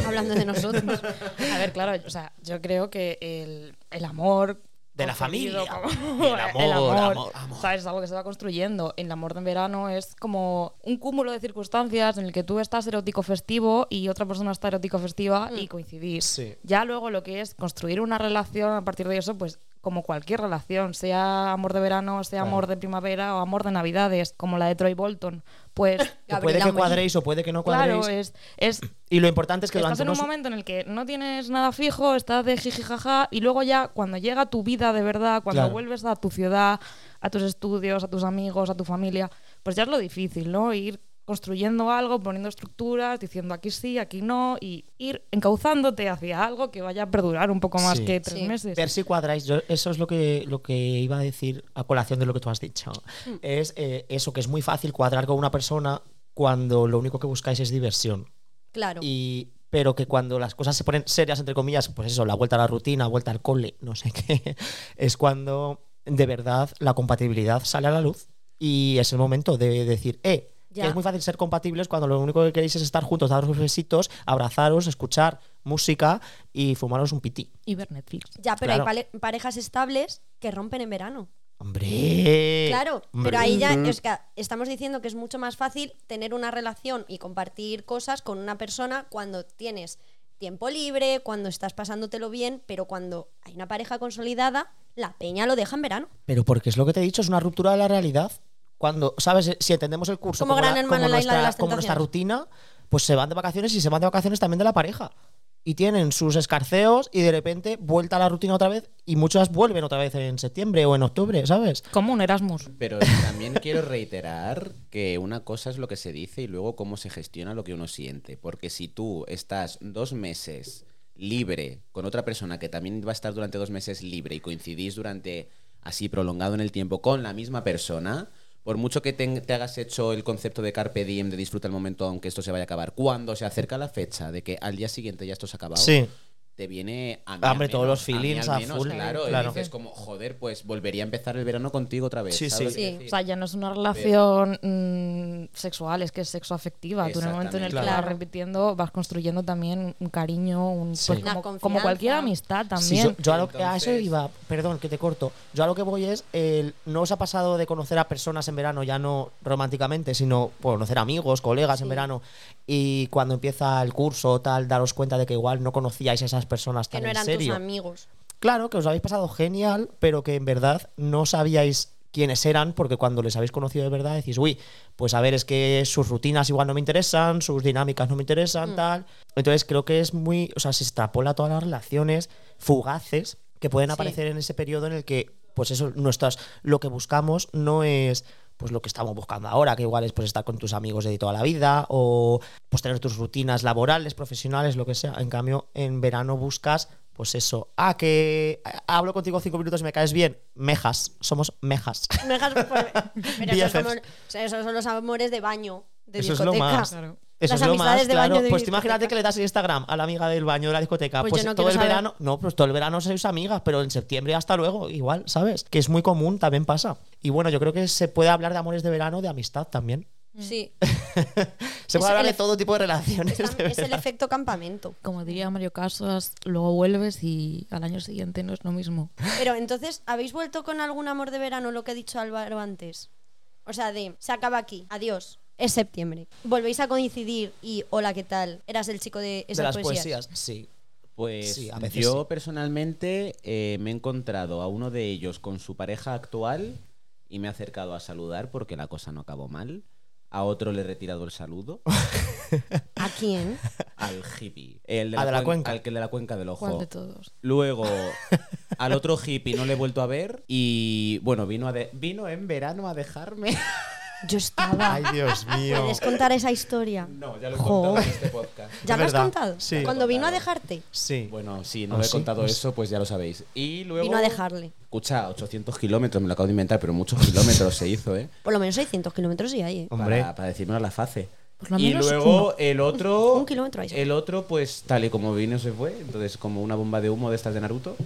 [SPEAKER 2] Hablando de nosotros.
[SPEAKER 4] A ver, claro, o sea, yo creo que el, el amor.
[SPEAKER 3] De la
[SPEAKER 4] concebido
[SPEAKER 3] familia.
[SPEAKER 4] como-
[SPEAKER 3] El amor, amor, amor.
[SPEAKER 4] ¿Sabes? Es algo que se va construyendo. El amor de verano es como un cúmulo de circunstancias en el que tú estás erótico festivo y otra persona está erótico festiva
[SPEAKER 3] Mm.
[SPEAKER 4] y coincidís.
[SPEAKER 3] Sí.
[SPEAKER 4] Ya luego lo que es construir una relación a partir de eso, pues como cualquier relación, sea amor de verano, sea
[SPEAKER 3] Claro.
[SPEAKER 4] amor de primavera o amor de navidades, como la de Troy Bolton, pues
[SPEAKER 3] que puede
[SPEAKER 2] Gabriela
[SPEAKER 3] que
[SPEAKER 2] Morín.
[SPEAKER 3] cuadréis o puede que no cuadréis.
[SPEAKER 4] claro, es, es
[SPEAKER 3] Y lo importante es que
[SPEAKER 4] estás
[SPEAKER 3] durante
[SPEAKER 4] en un
[SPEAKER 3] unos-
[SPEAKER 4] momento en el que no tienes nada fijo, estás de jiji jaja, y luego ya cuando llega tu vida de verdad, cuando
[SPEAKER 3] Claro.
[SPEAKER 4] vuelves a tu ciudad, a tus estudios, a tus amigos, a tu familia, pues ya es lo difícil, ¿no? Ir construyendo algo, poniendo estructuras, diciendo aquí sí, aquí no, y ir encauzándote hacia algo que vaya a perdurar un poco más
[SPEAKER 3] Sí.
[SPEAKER 4] que tres
[SPEAKER 2] Sí.
[SPEAKER 4] meses.
[SPEAKER 3] Ver si cuadráis, yo- eso es lo que, lo que iba a decir a colación de lo que tú has dicho.
[SPEAKER 4] Mm.
[SPEAKER 3] Es eh, eso, que es muy fácil cuadrar con una persona cuando lo único que buscáis es diversión.
[SPEAKER 2] Claro.
[SPEAKER 3] Y, pero que cuando las cosas se ponen serias, entre comillas, pues eso, la vuelta a la rutina, vuelta al cole, no sé qué, es cuando de verdad la compatibilidad sale a la luz y es el momento de decir, eh, que
[SPEAKER 2] Ya.
[SPEAKER 3] es muy fácil ser compatibles cuando lo único que queréis es estar juntos, daros besitos, abrazaros, escuchar música y fumaros un pití.
[SPEAKER 4] Y ver Netflix.
[SPEAKER 2] ya, pero
[SPEAKER 3] claro.
[SPEAKER 2] hay pale- parejas estables que rompen en verano.
[SPEAKER 3] Hombre.
[SPEAKER 2] Claro,
[SPEAKER 3] hombre.
[SPEAKER 2] pero ahí ya es que estamos diciendo que es mucho más fácil tener una relación y compartir cosas con una persona cuando tienes tiempo libre, cuando estás pasándotelo bien, pero cuando hay una pareja consolidada, la peña lo deja en verano.
[SPEAKER 3] Pero porque es lo que te he dicho, es una ruptura de la realidad. Cuando, ¿sabes? Si entendemos el curso
[SPEAKER 2] Como Gran Hermano en la isla de las
[SPEAKER 3] como nuestra
[SPEAKER 2] tentaciones.
[SPEAKER 3] rutina, pues se van de vacaciones y se van de vacaciones también de la pareja. Y tienen sus escarceos y de repente vuelta a la rutina otra vez y muchas vuelven otra vez en septiembre o en octubre, ¿sabes?
[SPEAKER 4] Como un Erasmus.
[SPEAKER 5] Pero también quiero reiterar que una cosa es lo que se dice y luego cómo se gestiona lo que uno siente. Porque si tú estás dos meses libre con otra persona que también va a estar durante dos meses libre y coincidís durante así prolongado en el tiempo con la misma persona, por mucho que te, te hagas hecho el concepto de carpe diem, de disfruta el momento aunque esto se vaya a acabar, cuando se acerca la fecha de que al día siguiente ya esto se ha acabado, te viene a mí
[SPEAKER 3] Ah,
[SPEAKER 5] al
[SPEAKER 3] hombre, todos
[SPEAKER 5] menos,
[SPEAKER 3] los feelings
[SPEAKER 5] mí al
[SPEAKER 3] a
[SPEAKER 5] menos,
[SPEAKER 3] full,
[SPEAKER 5] Claro, y
[SPEAKER 3] claro.
[SPEAKER 5] dices como, joder, pues volvería a empezar el verano contigo otra vez.
[SPEAKER 3] Sí,
[SPEAKER 5] ¿sabes lo
[SPEAKER 3] sí.
[SPEAKER 2] Sí.
[SPEAKER 5] que quiero
[SPEAKER 4] O
[SPEAKER 5] decir?
[SPEAKER 4] sea, ya no es una relación mm, sexual, es que es sexo afectiva. Tú en el momento en el que
[SPEAKER 5] Exactamente.
[SPEAKER 4] la vas
[SPEAKER 2] Claro.
[SPEAKER 4] repitiendo vas construyendo también un cariño, un,
[SPEAKER 3] Sí.
[SPEAKER 4] pues,
[SPEAKER 2] Una
[SPEAKER 4] como, como
[SPEAKER 2] confianza.
[SPEAKER 4] cualquier amistad
[SPEAKER 3] Sí, yo,
[SPEAKER 4] también.
[SPEAKER 3] yo a, lo, a eso
[SPEAKER 5] Entonces-
[SPEAKER 3] iba, perdón que te corto. Yo a lo que voy es, el, no os ha pasado de conocer a personas en verano, ya no románticamente, sino por conocer amigos, colegas en verano, y cuando empieza el curso tal, daros cuenta de que igual no conocíais a esas personas
[SPEAKER 2] Que
[SPEAKER 3] tan
[SPEAKER 2] no
[SPEAKER 3] en
[SPEAKER 2] eran
[SPEAKER 3] serio.
[SPEAKER 2] tus amigos.
[SPEAKER 3] Claro, que os lo habéis pasado genial, pero que en verdad no sabíais quiénes eran, porque cuando les habéis conocido de verdad decís, uy, pues a ver, es que sus rutinas igual no me interesan, sus dinámicas no me interesan, tal. Entonces creo que es muy, o sea, se extrapola todas las relaciones fugaces que pueden
[SPEAKER 4] Sí.
[SPEAKER 3] aparecer en ese periodo en el que, pues eso, nuestras, lo que buscamos no es pues lo que estamos buscando ahora, que igual es pues estar con tus amigos de toda la vida o pues tener tus rutinas laborales, profesionales, lo que sea. En cambio, en verano buscas pues eso, ah, que hablo contigo cinco minutos y me caes bien, mejas, somos mejas.
[SPEAKER 2] Me dejas por- Pero esos,
[SPEAKER 3] BFFs.
[SPEAKER 2] son los- o sea, esos son los amores de baño, de
[SPEAKER 3] Eso es lo
[SPEAKER 2] discoteca.
[SPEAKER 3] más.
[SPEAKER 4] Claro.
[SPEAKER 3] Eso
[SPEAKER 2] Las
[SPEAKER 3] es lo
[SPEAKER 2] amistades
[SPEAKER 3] más,
[SPEAKER 2] de
[SPEAKER 3] claro.
[SPEAKER 2] baño de
[SPEAKER 3] pues tú imagínate
[SPEAKER 2] discoteca.
[SPEAKER 3] que le das el Instagram a la amiga del baño de la discoteca.
[SPEAKER 2] Pues
[SPEAKER 3] Pues,
[SPEAKER 2] yo no
[SPEAKER 3] todo
[SPEAKER 2] quiero saber.
[SPEAKER 3] el verano, no, pues todo el verano sois amigas, pero en septiembre hasta luego, igual, ¿sabes? Que es muy común, también pasa. Y bueno, yo creo que se puede hablar de amores de verano, de amistad también.
[SPEAKER 2] Sí,
[SPEAKER 3] Se
[SPEAKER 2] Es
[SPEAKER 3] puede hablar
[SPEAKER 2] el
[SPEAKER 3] de todo tipo de relaciones.
[SPEAKER 2] es
[SPEAKER 3] de
[SPEAKER 2] es el
[SPEAKER 3] verano.
[SPEAKER 2] efecto campamento.
[SPEAKER 4] Como diría Mario Casas, luego vuelves y al año siguiente no es lo mismo.
[SPEAKER 2] Pero entonces, ¿habéis vuelto con algún amor de verano lo que ha dicho Álvaro antes? O sea, de, se acaba aquí, adiós, es septiembre. Volvéis a coincidir y, hola, ¿qué tal? Eras el chico de esas
[SPEAKER 3] de las
[SPEAKER 2] poesías.
[SPEAKER 3] poesías. Sí.
[SPEAKER 5] Pues
[SPEAKER 3] Sí, a veces
[SPEAKER 5] yo
[SPEAKER 3] sí.
[SPEAKER 5] personalmente eh, me he encontrado a uno de ellos con su pareja actual y me he acercado a saludar porque la cosa no acabó mal. A otro le he retirado el saludo.
[SPEAKER 2] ¿A quién?
[SPEAKER 5] al hippie. El de
[SPEAKER 3] Ah,
[SPEAKER 5] la,
[SPEAKER 3] de la
[SPEAKER 5] cuen-
[SPEAKER 3] cuenca.
[SPEAKER 5] Al que de la cuenca del
[SPEAKER 4] ¿Cuál
[SPEAKER 5] ojo.
[SPEAKER 4] de todos?
[SPEAKER 5] Luego, al otro hippie no le he vuelto a ver. Y bueno, vino, a de- vino en verano a dejarme.
[SPEAKER 2] Yo estaba.
[SPEAKER 3] Dios mío.
[SPEAKER 2] ¿Puedes contar esa historia?
[SPEAKER 5] No, ya lo he
[SPEAKER 2] Jo.
[SPEAKER 5] contado en este podcast.
[SPEAKER 2] ¿Ya
[SPEAKER 3] Es
[SPEAKER 2] lo has
[SPEAKER 3] verdad,
[SPEAKER 2] contado?
[SPEAKER 3] sí.
[SPEAKER 2] Cuando vino a
[SPEAKER 5] Contado.
[SPEAKER 2] dejarte,
[SPEAKER 3] Sí.
[SPEAKER 5] Bueno, sí, no
[SPEAKER 3] Ah,
[SPEAKER 5] lo he
[SPEAKER 3] sí,
[SPEAKER 5] contado
[SPEAKER 3] pues-
[SPEAKER 5] eso, pues ya lo sabéis. Y luego.
[SPEAKER 2] vino a dejarle.
[SPEAKER 5] Escucha, 800 kilómetros, me lo acabo de inventar, pero muchos kilómetros se hizo, ¿eh?
[SPEAKER 2] Por lo menos 600 kilómetros sí hay, ¿eh?
[SPEAKER 3] Hombre.
[SPEAKER 5] Para, para decirnos la fase.
[SPEAKER 4] Por lo
[SPEAKER 5] y
[SPEAKER 4] menos
[SPEAKER 5] luego
[SPEAKER 4] uno.
[SPEAKER 5] el otro.
[SPEAKER 2] Un kilómetro ahí.
[SPEAKER 5] El otro, pues tal y como vino, se fue. Entonces, como una bomba de humo de estas de Naruto.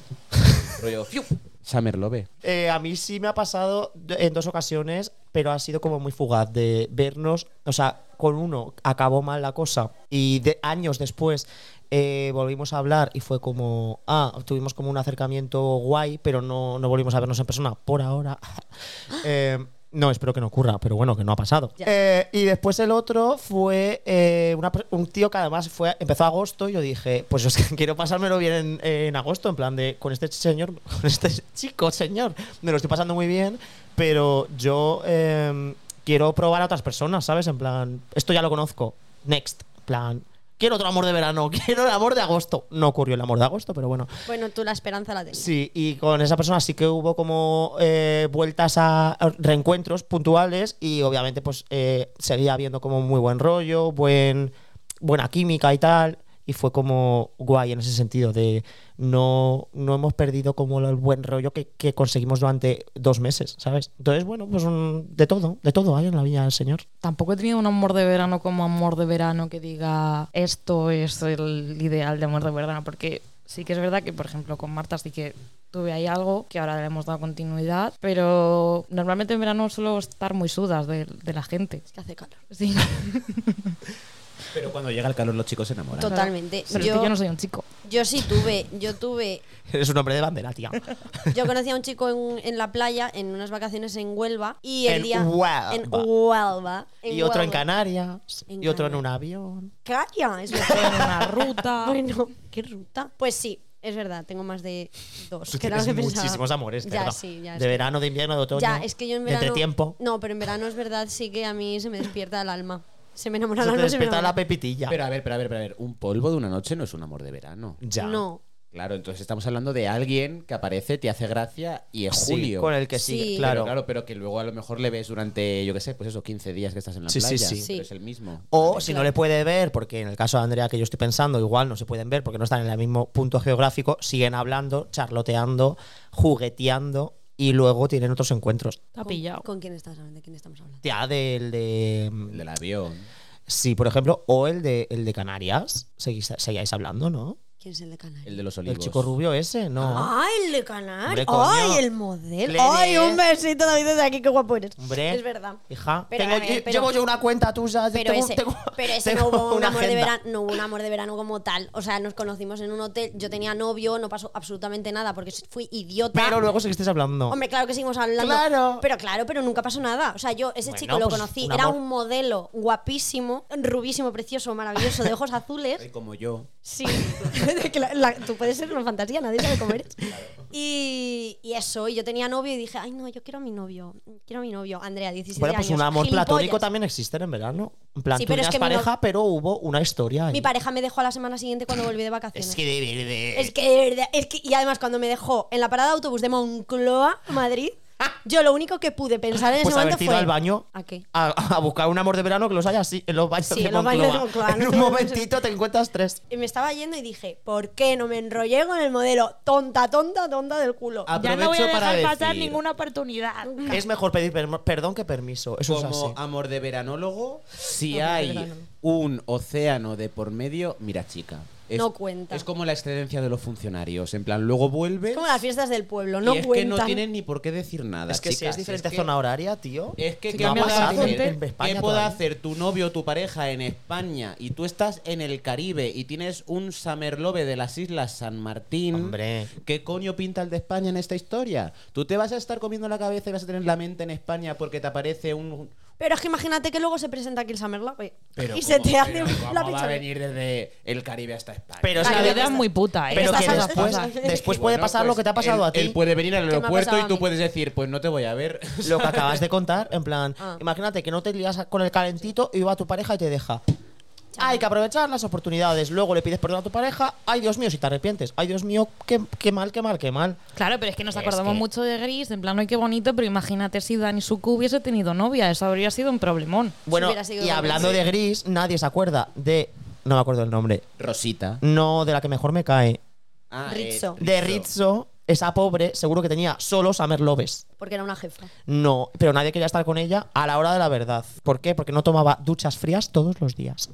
[SPEAKER 5] rollo. ¡fiu! Summer lo ve.
[SPEAKER 3] Eh, a mí sí me ha pasado d- en dos ocasiones, pero ha sido como muy fugaz de vernos. O sea, con uno acabó mal la cosa y de, años después eh, volvimos a hablar y fue como, ah, tuvimos como un acercamiento guay, pero no, no volvimos a vernos en persona por ahora. Eh, no, espero que no ocurra, pero bueno, que no ha pasado.
[SPEAKER 2] Ya.
[SPEAKER 3] Eh, y después el otro fue eh, una per- un tío que además fue empezó agosto y yo dije, pues es que quiero pasármelo bien en, en agosto, en plan de, con este señor, con este chico, señor, me lo estoy pasando muy bien, pero yo eh, quiero probar a otras personas, ¿sabes? En plan, esto ya lo conozco, next, En plan, quiero otro amor de verano, quiero el amor de agosto. No ocurrió el amor de agosto, pero bueno.
[SPEAKER 2] Bueno, tú la esperanza la tenías.
[SPEAKER 3] Sí, y con esa persona sí que hubo como eh, vueltas a a reencuentros puntuales y obviamente pues eh, seguía habiendo como muy buen rollo, buen, buena química y tal. Y fue como guay en ese sentido de no, no hemos perdido como el buen rollo que, que conseguimos durante dos meses, ¿sabes? Entonces, bueno, pues un- de todo, de todo hay en la Villa del Señor.
[SPEAKER 4] Tampoco he tenido un amor de verano como amor de verano que diga esto es el ideal de amor de verano, porque sí que es verdad que, por ejemplo, con Marta sí que tuve ahí algo que ahora le hemos dado continuidad, pero normalmente en verano suelo estar muy sudas de, de la gente.
[SPEAKER 2] Es que hace calor.
[SPEAKER 4] Sí,
[SPEAKER 5] Pero cuando llega el calor, los chicos se enamoran.
[SPEAKER 2] Total. Totalmente.
[SPEAKER 4] Pero es
[SPEAKER 2] Yo-
[SPEAKER 4] que yo no soy un chico.
[SPEAKER 2] Yo sí tuve, yo tuve
[SPEAKER 3] Eres un hombre de bandera, tía.
[SPEAKER 2] Yo conocí a un chico en, en la playa, en unas vacaciones en Huelva, y el
[SPEAKER 3] En
[SPEAKER 2] día.
[SPEAKER 3] Huelva.
[SPEAKER 2] En Huelva. en
[SPEAKER 3] y otro en
[SPEAKER 2] Huelva.
[SPEAKER 3] Canarias,
[SPEAKER 2] En
[SPEAKER 3] y otro en
[SPEAKER 2] Canarias.
[SPEAKER 3] un avión.
[SPEAKER 2] Calla, es
[SPEAKER 4] Estoy
[SPEAKER 2] verdad.
[SPEAKER 4] en una ruta.
[SPEAKER 2] bueno, qué ruta. Pues sí, es verdad, tengo más de dos.
[SPEAKER 3] Tú
[SPEAKER 2] que era lo
[SPEAKER 3] tienes
[SPEAKER 2] que pensaba.
[SPEAKER 3] muchísimos amores, de
[SPEAKER 2] ya,
[SPEAKER 3] verdad.
[SPEAKER 2] sí, ya
[SPEAKER 3] de
[SPEAKER 2] es que-
[SPEAKER 3] verano, de invierno, de otoño.
[SPEAKER 2] Ya, es que yo en
[SPEAKER 3] de
[SPEAKER 2] verano.
[SPEAKER 3] entretiempo.
[SPEAKER 2] No, pero en verano es verdad, sí que a mí se me despierta el alma. Se me enamora
[SPEAKER 3] Se
[SPEAKER 2] el
[SPEAKER 3] te
[SPEAKER 2] alma. se me
[SPEAKER 3] despierta la
[SPEAKER 2] enamora.
[SPEAKER 3] pepitilla.
[SPEAKER 5] Pero a ver, pero a ver, pero a ver. Un polvo de una noche no es un amor de verano.
[SPEAKER 3] ya.
[SPEAKER 2] No.
[SPEAKER 5] Claro, entonces estamos hablando de alguien que aparece, te hace gracia y es
[SPEAKER 3] Sí,
[SPEAKER 5] julio.
[SPEAKER 3] con el que
[SPEAKER 2] Sí.
[SPEAKER 3] sí,
[SPEAKER 2] Pero
[SPEAKER 5] Claro.
[SPEAKER 3] claro.
[SPEAKER 5] Pero, claro, pero que luego a lo mejor le ves durante, yo qué sé, pues eso, 15 días que estás en la
[SPEAKER 3] Sí, sí,
[SPEAKER 5] playa.
[SPEAKER 3] sí.
[SPEAKER 5] Pero
[SPEAKER 2] Sí.
[SPEAKER 5] es el mismo.
[SPEAKER 3] O
[SPEAKER 5] Vale.
[SPEAKER 3] si no le puede ver, porque en el caso de Andrea que yo estoy pensando, igual no se pueden ver porque no están en el mismo punto geográfico, siguen hablando, charloteando, jugueteando y luego tienen otros encuentros.
[SPEAKER 4] Te ha pillado.
[SPEAKER 2] ¿Con quién estás hablando? ¿De quién estamos hablando?
[SPEAKER 3] Ya del
[SPEAKER 5] El
[SPEAKER 3] de...
[SPEAKER 5] del avión.
[SPEAKER 3] Sí, por ejemplo, o el de, el de Canarias, seguís, seguíais hablando, ¿no?
[SPEAKER 2] ¿Quién es el de Canarias?
[SPEAKER 5] El de los olivos.
[SPEAKER 3] El chico rubio ese, no.
[SPEAKER 2] ¡Ay, el de Canarias!
[SPEAKER 3] Hombre, coño.
[SPEAKER 2] ¡Ay, el modelo!
[SPEAKER 3] Lenes.
[SPEAKER 2] ¡Ay, un besito, David, desde aquí! ¡Qué guapo eres!
[SPEAKER 3] Hombre.
[SPEAKER 2] Es verdad.
[SPEAKER 3] Hija,
[SPEAKER 2] Pero,
[SPEAKER 3] tengo-
[SPEAKER 2] a ver,
[SPEAKER 3] yo-
[SPEAKER 2] pero-
[SPEAKER 3] llevo yo una cuenta tuya.
[SPEAKER 2] Pero
[SPEAKER 3] tengo-
[SPEAKER 2] ese,
[SPEAKER 3] tengo-
[SPEAKER 2] pero ese no
[SPEAKER 3] tengo
[SPEAKER 2] hubo un
[SPEAKER 3] una
[SPEAKER 2] amor de
[SPEAKER 3] agenda.
[SPEAKER 2] verano, no hubo un amor de verano como tal. O sea, nos conocimos en un hotel, yo tenía novio, no pasó absolutamente nada porque fui idiota.
[SPEAKER 3] Pero luego seguisteis hablando.
[SPEAKER 2] Hombre, claro que seguimos hablando.
[SPEAKER 3] Claro.
[SPEAKER 2] Pero claro, pero nunca pasó nada. O sea, yo ese
[SPEAKER 3] Bueno,
[SPEAKER 2] chico lo
[SPEAKER 3] pues,
[SPEAKER 2] conocí,
[SPEAKER 3] un
[SPEAKER 2] era
[SPEAKER 3] amor.
[SPEAKER 2] un modelo guapísimo, rubísimo, precioso, maravilloso, de ojos azules.
[SPEAKER 5] Ay, Como yo.
[SPEAKER 2] Sí, De que la- la- tú puedes ser una fantasía, nadie sabe cómo eres. Y, y eso, y yo tenía novio y dije, ay no, yo quiero a mi novio, quiero a mi novio, Andrea, 17
[SPEAKER 3] Bueno,
[SPEAKER 2] años.
[SPEAKER 3] pues un amor
[SPEAKER 2] gilipollas.
[SPEAKER 3] platónico también existe en verano. En plan,
[SPEAKER 2] Sí,
[SPEAKER 3] tú
[SPEAKER 2] pero es
[SPEAKER 3] eras
[SPEAKER 2] que mi
[SPEAKER 3] pareja,
[SPEAKER 2] no-
[SPEAKER 3] pero hubo una historia ahí.
[SPEAKER 2] Mi pareja me dejó a la semana siguiente cuando volví de vacaciones.
[SPEAKER 3] Es que de verdad.
[SPEAKER 2] Es que, de verdad, es que, y además cuando me dejó en la parada de autobús de Moncloa, Madrid, yo lo único que pude pensar en ese
[SPEAKER 3] pues
[SPEAKER 2] momento
[SPEAKER 3] haber ido
[SPEAKER 2] fue...
[SPEAKER 3] al baño
[SPEAKER 2] ¿A qué?
[SPEAKER 3] A, a buscar un amor de verano que los haya así, en los baños,
[SPEAKER 2] Sí,
[SPEAKER 3] de,
[SPEAKER 2] en los baños
[SPEAKER 3] Moncloa.
[SPEAKER 2] de Moncloa,
[SPEAKER 3] En
[SPEAKER 2] no
[SPEAKER 3] un
[SPEAKER 2] te-
[SPEAKER 3] momentito te encuentras tres.
[SPEAKER 2] Y me estaba yendo y dije, ¿por qué no me enrollé con el modelo tonta, tonta, tonta del culo?
[SPEAKER 4] Ya no voy a
[SPEAKER 5] Aprovecho
[SPEAKER 4] dejar
[SPEAKER 5] para
[SPEAKER 4] pasar
[SPEAKER 5] decir,
[SPEAKER 4] ninguna oportunidad.
[SPEAKER 3] Es mejor pedir per- perdón que permiso. Eso
[SPEAKER 5] Como
[SPEAKER 3] es así.
[SPEAKER 5] amor de veranólogo, si
[SPEAKER 2] Amor de
[SPEAKER 5] hay
[SPEAKER 2] veranólogo.
[SPEAKER 5] un océano de por medio, mira chica. Es-
[SPEAKER 2] No cuenta.
[SPEAKER 5] Es como la excedencia de los funcionarios. En plan, luego vuelve.
[SPEAKER 2] Es como las fiestas del pueblo,
[SPEAKER 5] y
[SPEAKER 2] no
[SPEAKER 5] es
[SPEAKER 2] cuentan.
[SPEAKER 5] que no tienen ni por qué decir nada.
[SPEAKER 3] Es que si
[SPEAKER 5] chicas,
[SPEAKER 3] es diferente
[SPEAKER 5] que-
[SPEAKER 3] zona horaria, tío.
[SPEAKER 5] Es que,
[SPEAKER 3] no
[SPEAKER 5] ¿qué,
[SPEAKER 3] ha
[SPEAKER 5] puede
[SPEAKER 3] pasado en,
[SPEAKER 5] hacer,
[SPEAKER 3] en España
[SPEAKER 5] qué puede
[SPEAKER 3] todavía.
[SPEAKER 5] hacer tu novio o tu pareja en España y tú estás en el Caribe y tienes un Summerlove de las Islas San Martín?
[SPEAKER 3] Hombre.
[SPEAKER 5] ¿Qué coño pinta el de España en esta historia? Tú te vas a estar comiendo la cabeza y vas a tener la mente en España porque te aparece un...
[SPEAKER 2] Pero es que imagínate que luego se presenta aquí el Summer Love y
[SPEAKER 5] Pero
[SPEAKER 2] se
[SPEAKER 5] ¿cómo-
[SPEAKER 2] te hace
[SPEAKER 5] pero
[SPEAKER 2] un-
[SPEAKER 5] cómo
[SPEAKER 2] la
[SPEAKER 5] va a
[SPEAKER 2] pichona.
[SPEAKER 5] venir desde el Caribe hasta España?
[SPEAKER 3] Pero es
[SPEAKER 2] Vale,
[SPEAKER 4] La
[SPEAKER 3] que-
[SPEAKER 2] ya
[SPEAKER 4] vida es
[SPEAKER 2] está.
[SPEAKER 4] muy puta, ¿eh?
[SPEAKER 3] pero
[SPEAKER 2] Estas
[SPEAKER 3] que
[SPEAKER 2] cosas-
[SPEAKER 3] después,
[SPEAKER 2] estas cosas-
[SPEAKER 3] después
[SPEAKER 5] Bueno,
[SPEAKER 3] puede pasar
[SPEAKER 5] pues
[SPEAKER 3] lo que te ha pasado
[SPEAKER 5] él-
[SPEAKER 3] a ti.
[SPEAKER 5] Él puede venir al
[SPEAKER 2] me ha
[SPEAKER 5] aeropuerto
[SPEAKER 2] pasado
[SPEAKER 5] y
[SPEAKER 2] a
[SPEAKER 5] tú
[SPEAKER 2] mí?
[SPEAKER 5] puedes decir, pues no te voy a ver.
[SPEAKER 3] Lo que acabas de contar, en plan,
[SPEAKER 2] Ah.
[SPEAKER 3] imagínate que no te lías con el calentito y va tu pareja y te deja. Hay que aprovechar las oportunidades. Luego le pides perdón a tu pareja. Ay, Dios mío, si te arrepientes. Ay, Dios mío, qué, qué mal, qué mal, qué mal.
[SPEAKER 4] Claro, pero es que nos
[SPEAKER 3] Es
[SPEAKER 4] acordamos
[SPEAKER 3] que-
[SPEAKER 4] mucho de Gris, en plan, ay, qué bonito, pero imagínate si Dani Suku hubiese tenido novia, eso habría sido un problemón.
[SPEAKER 3] Bueno,
[SPEAKER 2] hubiera sido
[SPEAKER 3] y
[SPEAKER 2] una
[SPEAKER 3] hablando de gris, nadie se acuerda de. No me acuerdo el nombre.
[SPEAKER 5] Rosita.
[SPEAKER 3] No, de la que mejor me cae.
[SPEAKER 5] Ah,
[SPEAKER 2] Rizzo.
[SPEAKER 3] De Rizzo, esa pobre, seguro que tenía solo Summer Loves.
[SPEAKER 2] Porque era una jefa.
[SPEAKER 3] No, pero nadie quería estar con ella a la hora de la verdad. ¿Por qué? Porque no tomaba duchas frías todos los días.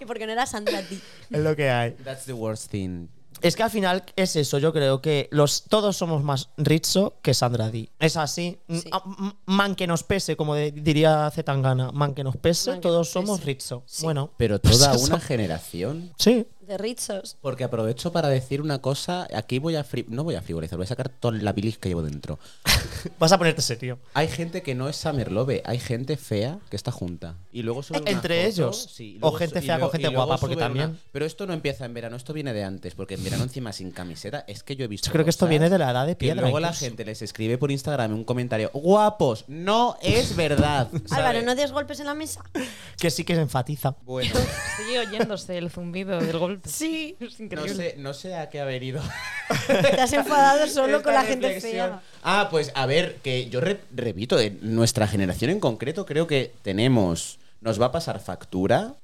[SPEAKER 2] Y porque no era Sandra Dee.
[SPEAKER 3] es lo que hay.
[SPEAKER 5] That's the worst thing.
[SPEAKER 3] Es que al final es eso, yo creo que los todos somos más Rizzo que Sandra Di. Es así. M-
[SPEAKER 2] Sí.
[SPEAKER 3] a- m- Man que nos pese, como de- diría Zetangana, man que nos pese,
[SPEAKER 2] Man que
[SPEAKER 3] todos
[SPEAKER 2] nos
[SPEAKER 3] somos
[SPEAKER 2] pese.
[SPEAKER 3] Rizzo.
[SPEAKER 2] Sí.
[SPEAKER 3] Bueno.
[SPEAKER 5] Pero
[SPEAKER 3] pues
[SPEAKER 5] toda
[SPEAKER 3] eso.
[SPEAKER 5] una generación.
[SPEAKER 3] Sí.
[SPEAKER 2] De Richos.
[SPEAKER 5] Porque aprovecho para decir una cosa. Aquí voy a fri- no voy a frivolizar, voy a sacar toda la bilis que llevo dentro.
[SPEAKER 3] Vas a ponerte serio.
[SPEAKER 5] Hay gente que no es Summerlove, hay gente fea que está junta. Y luego suben una
[SPEAKER 3] ¿Entre
[SPEAKER 5] foto,
[SPEAKER 3] ellos?
[SPEAKER 5] sí, y
[SPEAKER 3] ¿O
[SPEAKER 5] luego
[SPEAKER 3] gente
[SPEAKER 5] su- y
[SPEAKER 3] fea con
[SPEAKER 5] luego-
[SPEAKER 3] gente
[SPEAKER 5] y luego
[SPEAKER 3] guapa? Porque
[SPEAKER 5] suben
[SPEAKER 3] también-
[SPEAKER 5] Pero esto no empieza en verano, esto viene de antes, porque en verano encima sin camiseta es que yo he visto.
[SPEAKER 3] Yo creo que esto
[SPEAKER 5] cosas
[SPEAKER 3] viene de la edad de piedra.
[SPEAKER 5] Y luego la
[SPEAKER 3] incluso.
[SPEAKER 5] gente les escribe por Instagram un comentario, guapos, no es verdad. ¿sabes?
[SPEAKER 2] Álvaro, no des golpes en la mesa.
[SPEAKER 3] Que sí que se enfatiza.
[SPEAKER 5] Bueno,
[SPEAKER 4] Sigue oyéndose el zumbido del golpe.
[SPEAKER 2] Sí.
[SPEAKER 4] Es
[SPEAKER 5] no
[SPEAKER 4] increíble.
[SPEAKER 5] sé, no sé a qué ha venido.
[SPEAKER 2] Te has enfadado solo
[SPEAKER 5] Esta
[SPEAKER 2] con la gente
[SPEAKER 5] reflexión.
[SPEAKER 2] fea.
[SPEAKER 5] Ah, pues a ver, que yo re- repito, en nuestra generación en concreto creo que tenemos, nos va a pasar factura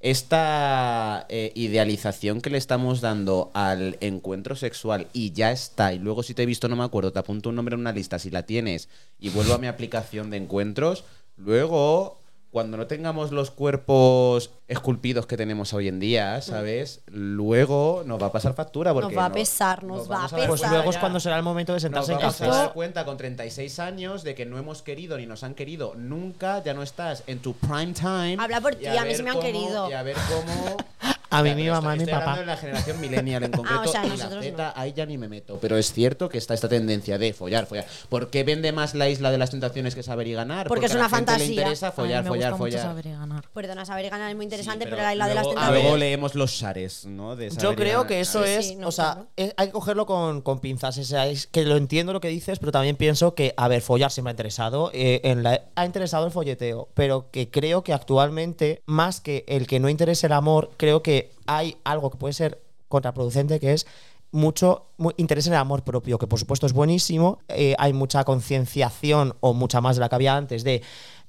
[SPEAKER 5] esta eh, idealización que le estamos dando al encuentro sexual y ya está. Y luego si te he visto no me acuerdo, te apunto un nombre en una lista si la tienes y vuelvo a mi aplicación de encuentros. Luego... Cuando no tengamos los cuerpos esculpidos que tenemos hoy en día, ¿sabes? Luego nos va a pasar factura. Porque
[SPEAKER 2] va a
[SPEAKER 5] no-
[SPEAKER 2] pesar, nos va
[SPEAKER 5] vamos
[SPEAKER 2] a
[SPEAKER 5] dar
[SPEAKER 2] pesar.
[SPEAKER 3] Pues
[SPEAKER 5] cuenta
[SPEAKER 3] luego es
[SPEAKER 5] ya.
[SPEAKER 3] cuando será el momento de
[SPEAKER 5] Nos
[SPEAKER 3] sentarse en
[SPEAKER 5] vamos a
[SPEAKER 3] cafés.
[SPEAKER 5] dar cuenta con 36 años de que no hemos querido ni nos han querido nunca, ya no estás en tu prime time.
[SPEAKER 2] Habla por
[SPEAKER 5] Y
[SPEAKER 2] ti, a mí
[SPEAKER 5] ver
[SPEAKER 2] sí me han
[SPEAKER 5] cómo-
[SPEAKER 2] querido.
[SPEAKER 5] Y a ver cómo.
[SPEAKER 3] A mí,
[SPEAKER 5] Ya,
[SPEAKER 3] mi
[SPEAKER 5] pero
[SPEAKER 3] mamá,
[SPEAKER 5] estoy-
[SPEAKER 3] mi
[SPEAKER 5] estoy
[SPEAKER 3] papá.
[SPEAKER 5] hablando de la generación millennial en concreto.
[SPEAKER 2] Ah, o sea,
[SPEAKER 5] y la
[SPEAKER 2] nosotros
[SPEAKER 5] Z, ahí ya ni me meto. Pero es cierto que está esta tendencia de follar, follar. ¿Por qué vende más la isla de las tentaciones que saber y ganar?
[SPEAKER 2] Porque es
[SPEAKER 5] a
[SPEAKER 2] una
[SPEAKER 5] la gente
[SPEAKER 2] fantasía.
[SPEAKER 5] Le interesa follar,
[SPEAKER 4] Ay, me
[SPEAKER 5] follar,
[SPEAKER 4] gusta mucho
[SPEAKER 5] follar.
[SPEAKER 4] saber y ganar.
[SPEAKER 2] Perdona, saber ganar es muy
[SPEAKER 5] Sí,
[SPEAKER 2] interesante, pero, la isla de las
[SPEAKER 5] luego- ah,
[SPEAKER 2] tentaciones.
[SPEAKER 5] Luego leemos los shares, ¿no? De saber
[SPEAKER 3] Yo
[SPEAKER 5] y
[SPEAKER 3] creo
[SPEAKER 5] ganar.
[SPEAKER 3] que
[SPEAKER 5] A
[SPEAKER 3] eso
[SPEAKER 5] ver.
[SPEAKER 3] es,
[SPEAKER 2] Sí, no,
[SPEAKER 3] o sea,
[SPEAKER 2] claro.
[SPEAKER 3] es- eh, hay que cogerlo con, con pinzas. O sea, es que lo entiendo lo que dices, pero también pienso que, a ver, follar siempre ha interesado. eh, en la- ha interesado el folleteo, pero que creo que actualmente, más que el que no interese el amor, creo que hay algo que puede ser contraproducente, que es mucho mu- interés en el amor propio, que por supuesto es buenísimo. eh, hay mucha concienciación o mucha más de la que había antes de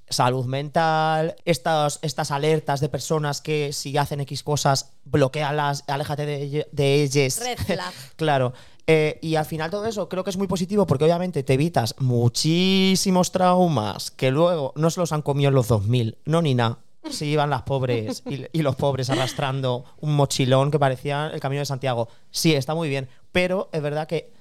[SPEAKER 3] salud mental, estas, estas alertas de personas que si hacen X cosas, bloquealas, aléjate de, ell- de ellas.
[SPEAKER 2] Red flag.
[SPEAKER 3] claro. Eh, y al final todo eso creo que es muy positivo porque obviamente te evitas muchísimos traumas que luego no se los han comido en los 2000, no ni nada. Sí, iban las pobres y, y los pobres arrastrando un mochilón que parecía el camino de Santiago. Sí, está muy bien, pero es verdad que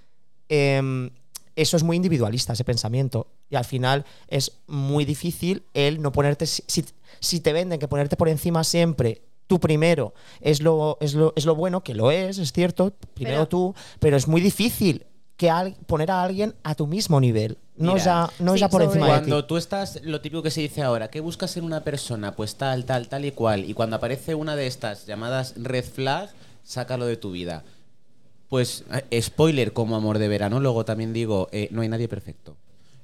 [SPEAKER 3] em, eso es muy individualista, ese pensamiento. Y al final es muy difícil el no ponerte, si, si- si te venden que ponerte por encima siempre. Tú primero es lo, es lo, es lo bueno, que lo es, es cierto, primero
[SPEAKER 2] Pero-
[SPEAKER 3] tú, pero es muy difícil que al- poner a alguien a tu mismo nivel, no
[SPEAKER 5] Mira,
[SPEAKER 3] ya, no
[SPEAKER 2] sí,
[SPEAKER 3] ya por
[SPEAKER 2] sobre-
[SPEAKER 3] encima de ti.
[SPEAKER 5] Cuando tú estás, lo típico que se dice ahora, ¿qué buscas en una persona? Pues tal, tal, tal y cual. Y cuando aparece una de estas llamadas red flag, sácalo de tu vida. Pues, eh, spoiler, como amor de verano, luego también digo, eh, no hay nadie perfecto.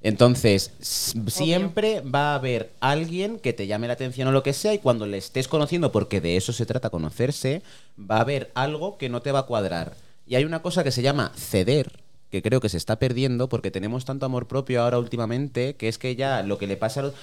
[SPEAKER 5] Entonces, s- siempre va a haber alguien que te llame la atención o lo que sea, y cuando le estés conociendo, porque de eso se trata conocerse, va a haber algo que no te va a cuadrar. Y hay una cosa que se llama ceder, que creo que se está perdiendo porque tenemos tanto amor propio ahora últimamente, que es que ya lo que le pasa a los-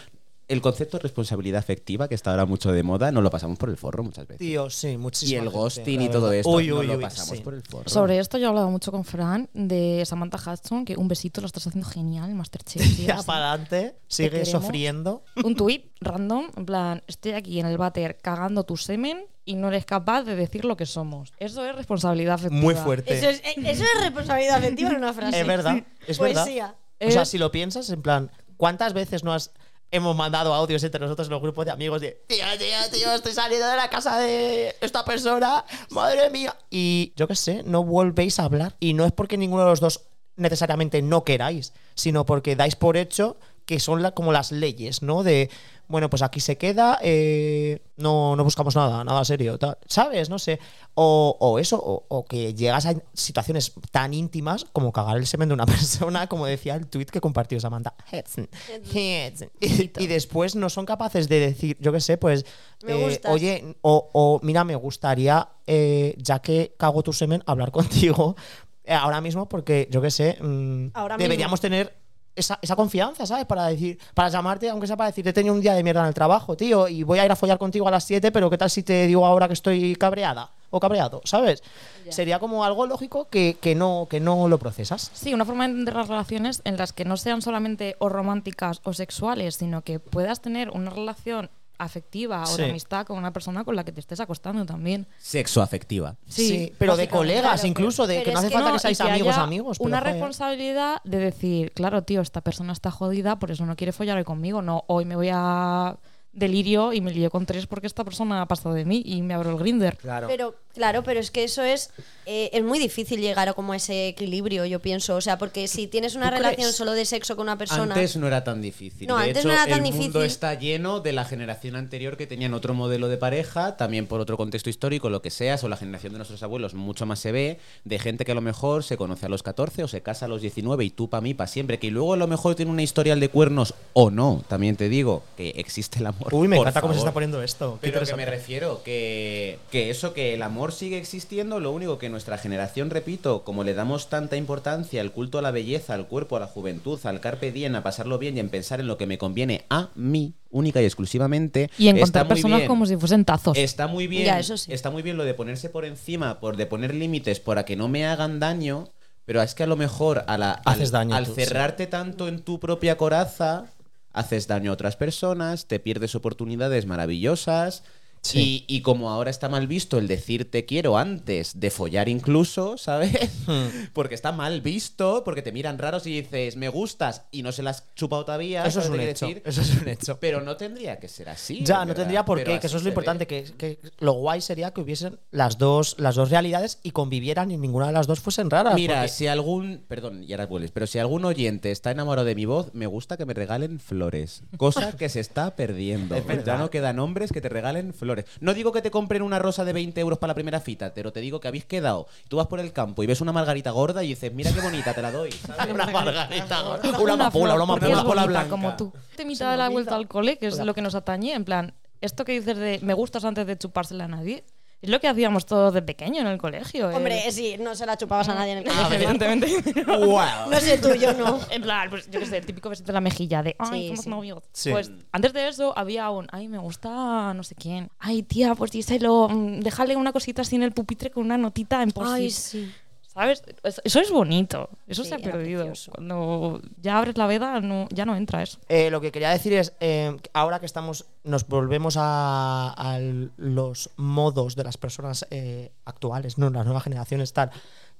[SPEAKER 5] El concepto de responsabilidad afectiva, que está ahora mucho de moda, no lo pasamos por el forro muchas veces.
[SPEAKER 3] Tío, sí,
[SPEAKER 5] y
[SPEAKER 3] muchísimo.
[SPEAKER 5] el ghosting y todo esto, no lo pasamos por el forro.
[SPEAKER 4] Sobre esto yo he hablado mucho con Fran de Samantha Hudson, que un besito lo estás haciendo genial, Masterchef. tío,
[SPEAKER 3] Ya
[SPEAKER 4] así.
[SPEAKER 3] para adelante, sigue
[SPEAKER 4] queremos.
[SPEAKER 3] sufriendo.
[SPEAKER 4] un tuit random, en plan, estoy aquí en el váter cagando tu semen y no eres capaz de decir lo que somos. Eso es responsabilidad afectiva.
[SPEAKER 3] Muy fuerte.
[SPEAKER 2] Eso es, eh, eso es responsabilidad afectiva en una frase.
[SPEAKER 3] Es verdad, es verdad.
[SPEAKER 2] Poesía.
[SPEAKER 5] Eh,
[SPEAKER 3] O sea,
[SPEAKER 4] Es-
[SPEAKER 3] si lo piensas, en plan, ¿cuántas veces no has hemos mandado audios entre nosotros en los grupos de amigos de tío, tío, tío, estoy saliendo de la casa de esta persona, madre mía? Y yo qué sé, no volvéis a hablar. Y no es porque ninguno de los dos necesariamente no queráis, sino porque dais por hecho que son la- como las leyes, ¿no? De, bueno, pues aquí se queda, eh, no, no buscamos nada, nada serio, tal, ¿sabes? No sé. O, o eso, o, o que llegas a situaciones tan íntimas como cagar el semen de una persona, como decía el tuit que compartió Samantha. Hudson. Hudson. Y, y después no son capaces de decir, yo qué sé, pues,
[SPEAKER 2] Me
[SPEAKER 3] eh,
[SPEAKER 2] gustas.
[SPEAKER 3] oye, o, o, mira, me gustaría, eh, ya que cago tu semen, hablar contigo eh, ahora mismo porque, yo qué sé, mm,
[SPEAKER 2] Ahora mismo.
[SPEAKER 3] deberíamos tener esa, esa confianza, ¿sabes? Para decir, para llamarte, aunque sea para decir, he tenido un día de mierda en el trabajo, tío, y voy a ir a follar contigo a las 7, pero ¿qué tal si te digo ahora que estoy cabreada o cabreado, ¿sabes? Sería como algo lógico que, que no, que no lo procesas.
[SPEAKER 4] Sí, una forma de entender las relaciones en las que no sean solamente o románticas o sexuales, sino que puedas tener una relación afectiva o
[SPEAKER 3] Sí.
[SPEAKER 4] de amistad con una persona con la que te estés acostando también.
[SPEAKER 5] Sexo afectiva.
[SPEAKER 4] Sí,
[SPEAKER 3] pero de
[SPEAKER 4] básicamente.
[SPEAKER 3] colegas,
[SPEAKER 2] Claro,
[SPEAKER 3] incluso, de que
[SPEAKER 2] pero es
[SPEAKER 3] no hace
[SPEAKER 2] que
[SPEAKER 3] falta
[SPEAKER 4] No,
[SPEAKER 3] que seáis
[SPEAKER 4] y
[SPEAKER 3] amigos,
[SPEAKER 4] haya
[SPEAKER 3] amigos. pero
[SPEAKER 4] Una
[SPEAKER 3] joder.
[SPEAKER 4] responsabilidad de decir, claro, tío, esta persona está jodida, por eso no quiere follar hoy conmigo. No, hoy me voy a delirio y me lío con tres porque esta persona ha pasado de mí y me abro el grinder.
[SPEAKER 3] Claro.
[SPEAKER 2] Pero claro, pero es que eso es eh, es muy difícil llegar a como a ese equilibrio, yo pienso, o sea, porque si tienes una
[SPEAKER 3] ¿Tú
[SPEAKER 2] relación
[SPEAKER 3] crees?
[SPEAKER 2] solo de sexo con una persona,
[SPEAKER 5] Antes no era tan difícil.
[SPEAKER 2] No,
[SPEAKER 5] de
[SPEAKER 2] antes
[SPEAKER 5] hecho,
[SPEAKER 2] no era tan
[SPEAKER 5] el mundo
[SPEAKER 2] difícil.
[SPEAKER 5] está lleno de la generación anterior que tenían otro modelo de pareja, también por otro contexto histórico, lo que seas, o la generación de nuestros abuelos, mucho más se ve, de gente que a lo mejor se conoce a los 14 o se casa a los 19 y tú pa' mí, pa' siempre, que luego a lo mejor tiene una historial de cuernos o no, también te digo que existe el amor.
[SPEAKER 3] Uy, me
[SPEAKER 5] por
[SPEAKER 3] encanta cómo se
[SPEAKER 5] favor.
[SPEAKER 3] está poniendo esto. Qué
[SPEAKER 5] Pero que me
[SPEAKER 3] interesante.
[SPEAKER 5] refiero, que, que eso, que el amor sigue existiendo, lo único que nuestra generación, repito, como le damos tanta importancia al culto a la belleza, al cuerpo, a la juventud, al carpe diem, a pasarlo bien y en pensar en lo que me conviene a mí, única y exclusivamente,
[SPEAKER 4] Y
[SPEAKER 5] está
[SPEAKER 4] encontrar
[SPEAKER 5] muy
[SPEAKER 4] personas
[SPEAKER 5] bien.
[SPEAKER 4] como si fuesen tazos.
[SPEAKER 5] Está muy bien,
[SPEAKER 2] Ya, eso sí.
[SPEAKER 5] está muy bien lo de ponerse por encima, por de poner límites para que no me hagan daño, pero es que a lo mejor a la, al,
[SPEAKER 3] Haces daño
[SPEAKER 5] al
[SPEAKER 3] tú, sí.
[SPEAKER 5] cerrarte tanto en tu propia coraza, haces daño a otras personas, te pierdes oportunidades maravillosas.
[SPEAKER 3] Sí.
[SPEAKER 5] Y, y como ahora está mal visto el decir te quiero antes de follar incluso, ¿sabes?
[SPEAKER 3] Hmm.
[SPEAKER 5] Porque está mal visto, porque te miran raros y dices me gustas y no se las has chupado todavía.
[SPEAKER 3] Eso es
[SPEAKER 5] ¿sabes
[SPEAKER 3] un
[SPEAKER 5] lo que
[SPEAKER 3] hecho.
[SPEAKER 5] quiero
[SPEAKER 3] Eso
[SPEAKER 5] decir?
[SPEAKER 3] es un hecho.
[SPEAKER 5] Pero no tendría que ser así.
[SPEAKER 3] Ya,
[SPEAKER 5] de
[SPEAKER 3] no
[SPEAKER 5] verdad,
[SPEAKER 3] tendría por
[SPEAKER 5] pero
[SPEAKER 3] qué,
[SPEAKER 5] así
[SPEAKER 3] que eso es lo
[SPEAKER 5] se
[SPEAKER 3] importante,
[SPEAKER 5] ve.
[SPEAKER 3] que, que lo guay sería que hubiesen las dos, las dos realidades y convivieran y ninguna de las dos fuesen raras.
[SPEAKER 5] Mira,
[SPEAKER 3] Ah, porque-
[SPEAKER 5] si algún. Perdón, y ahora vuelves. Pero si algún oyente está enamorado de mi voz, me gusta que me regalen flores. Cosa que se está perdiendo.
[SPEAKER 3] Es verdad.
[SPEAKER 5] Ya no quedan hombres que te regalen flores. No digo que te compren una rosa de 20 euros para la primera fita, pero te digo que habéis quedado. Tú vas por el campo y ves una margarita gorda y dices, mira qué bonita, te la doy. ¿sabes?
[SPEAKER 3] una margarita, una,
[SPEAKER 4] Una
[SPEAKER 3] amapola,
[SPEAKER 4] flor,
[SPEAKER 3] una
[SPEAKER 4] porque
[SPEAKER 3] amapola,
[SPEAKER 4] es bonita
[SPEAKER 3] blanca.
[SPEAKER 4] como tú. Te mitad
[SPEAKER 3] una
[SPEAKER 4] de la
[SPEAKER 3] bonita.
[SPEAKER 4] vuelta al cole, que es
[SPEAKER 3] Hola.
[SPEAKER 4] lo que nos atañe, en plan, esto que dices de me gustas antes de chupársela a nadie, es lo que hacíamos todos de pequeño en el colegio. eh.
[SPEAKER 2] hombre, eh, sí, no se la chupabas a nadie en el
[SPEAKER 3] Ah,
[SPEAKER 2] colegio.
[SPEAKER 4] evidentemente.
[SPEAKER 5] ¡Wow!
[SPEAKER 2] No sé tú, yo no.
[SPEAKER 4] En plan, pues yo qué sé, el típico besito en la mejilla de ay,
[SPEAKER 2] Sí,
[SPEAKER 4] somos
[SPEAKER 2] sí.
[SPEAKER 4] novios.
[SPEAKER 3] Sí.
[SPEAKER 4] Pues antes de eso había un ay, me gusta no sé quién. Ay, tía, pues díselo, mm, déjale una cosita así en el pupitre con una notita en post
[SPEAKER 2] Ay, sí.
[SPEAKER 4] ¿Sabes? Es- Eso es bonito. Eso
[SPEAKER 2] Sí,
[SPEAKER 4] se ha
[SPEAKER 2] era
[SPEAKER 4] perdido.
[SPEAKER 2] precioso.
[SPEAKER 4] Cuando ya abres la veda, no, ya no entra eso.
[SPEAKER 3] Eh, lo que quería decir es, eh, ahora que estamos, nos volvemos a, a los modos de las personas eh, actuales, no las nuevas generaciones, tal,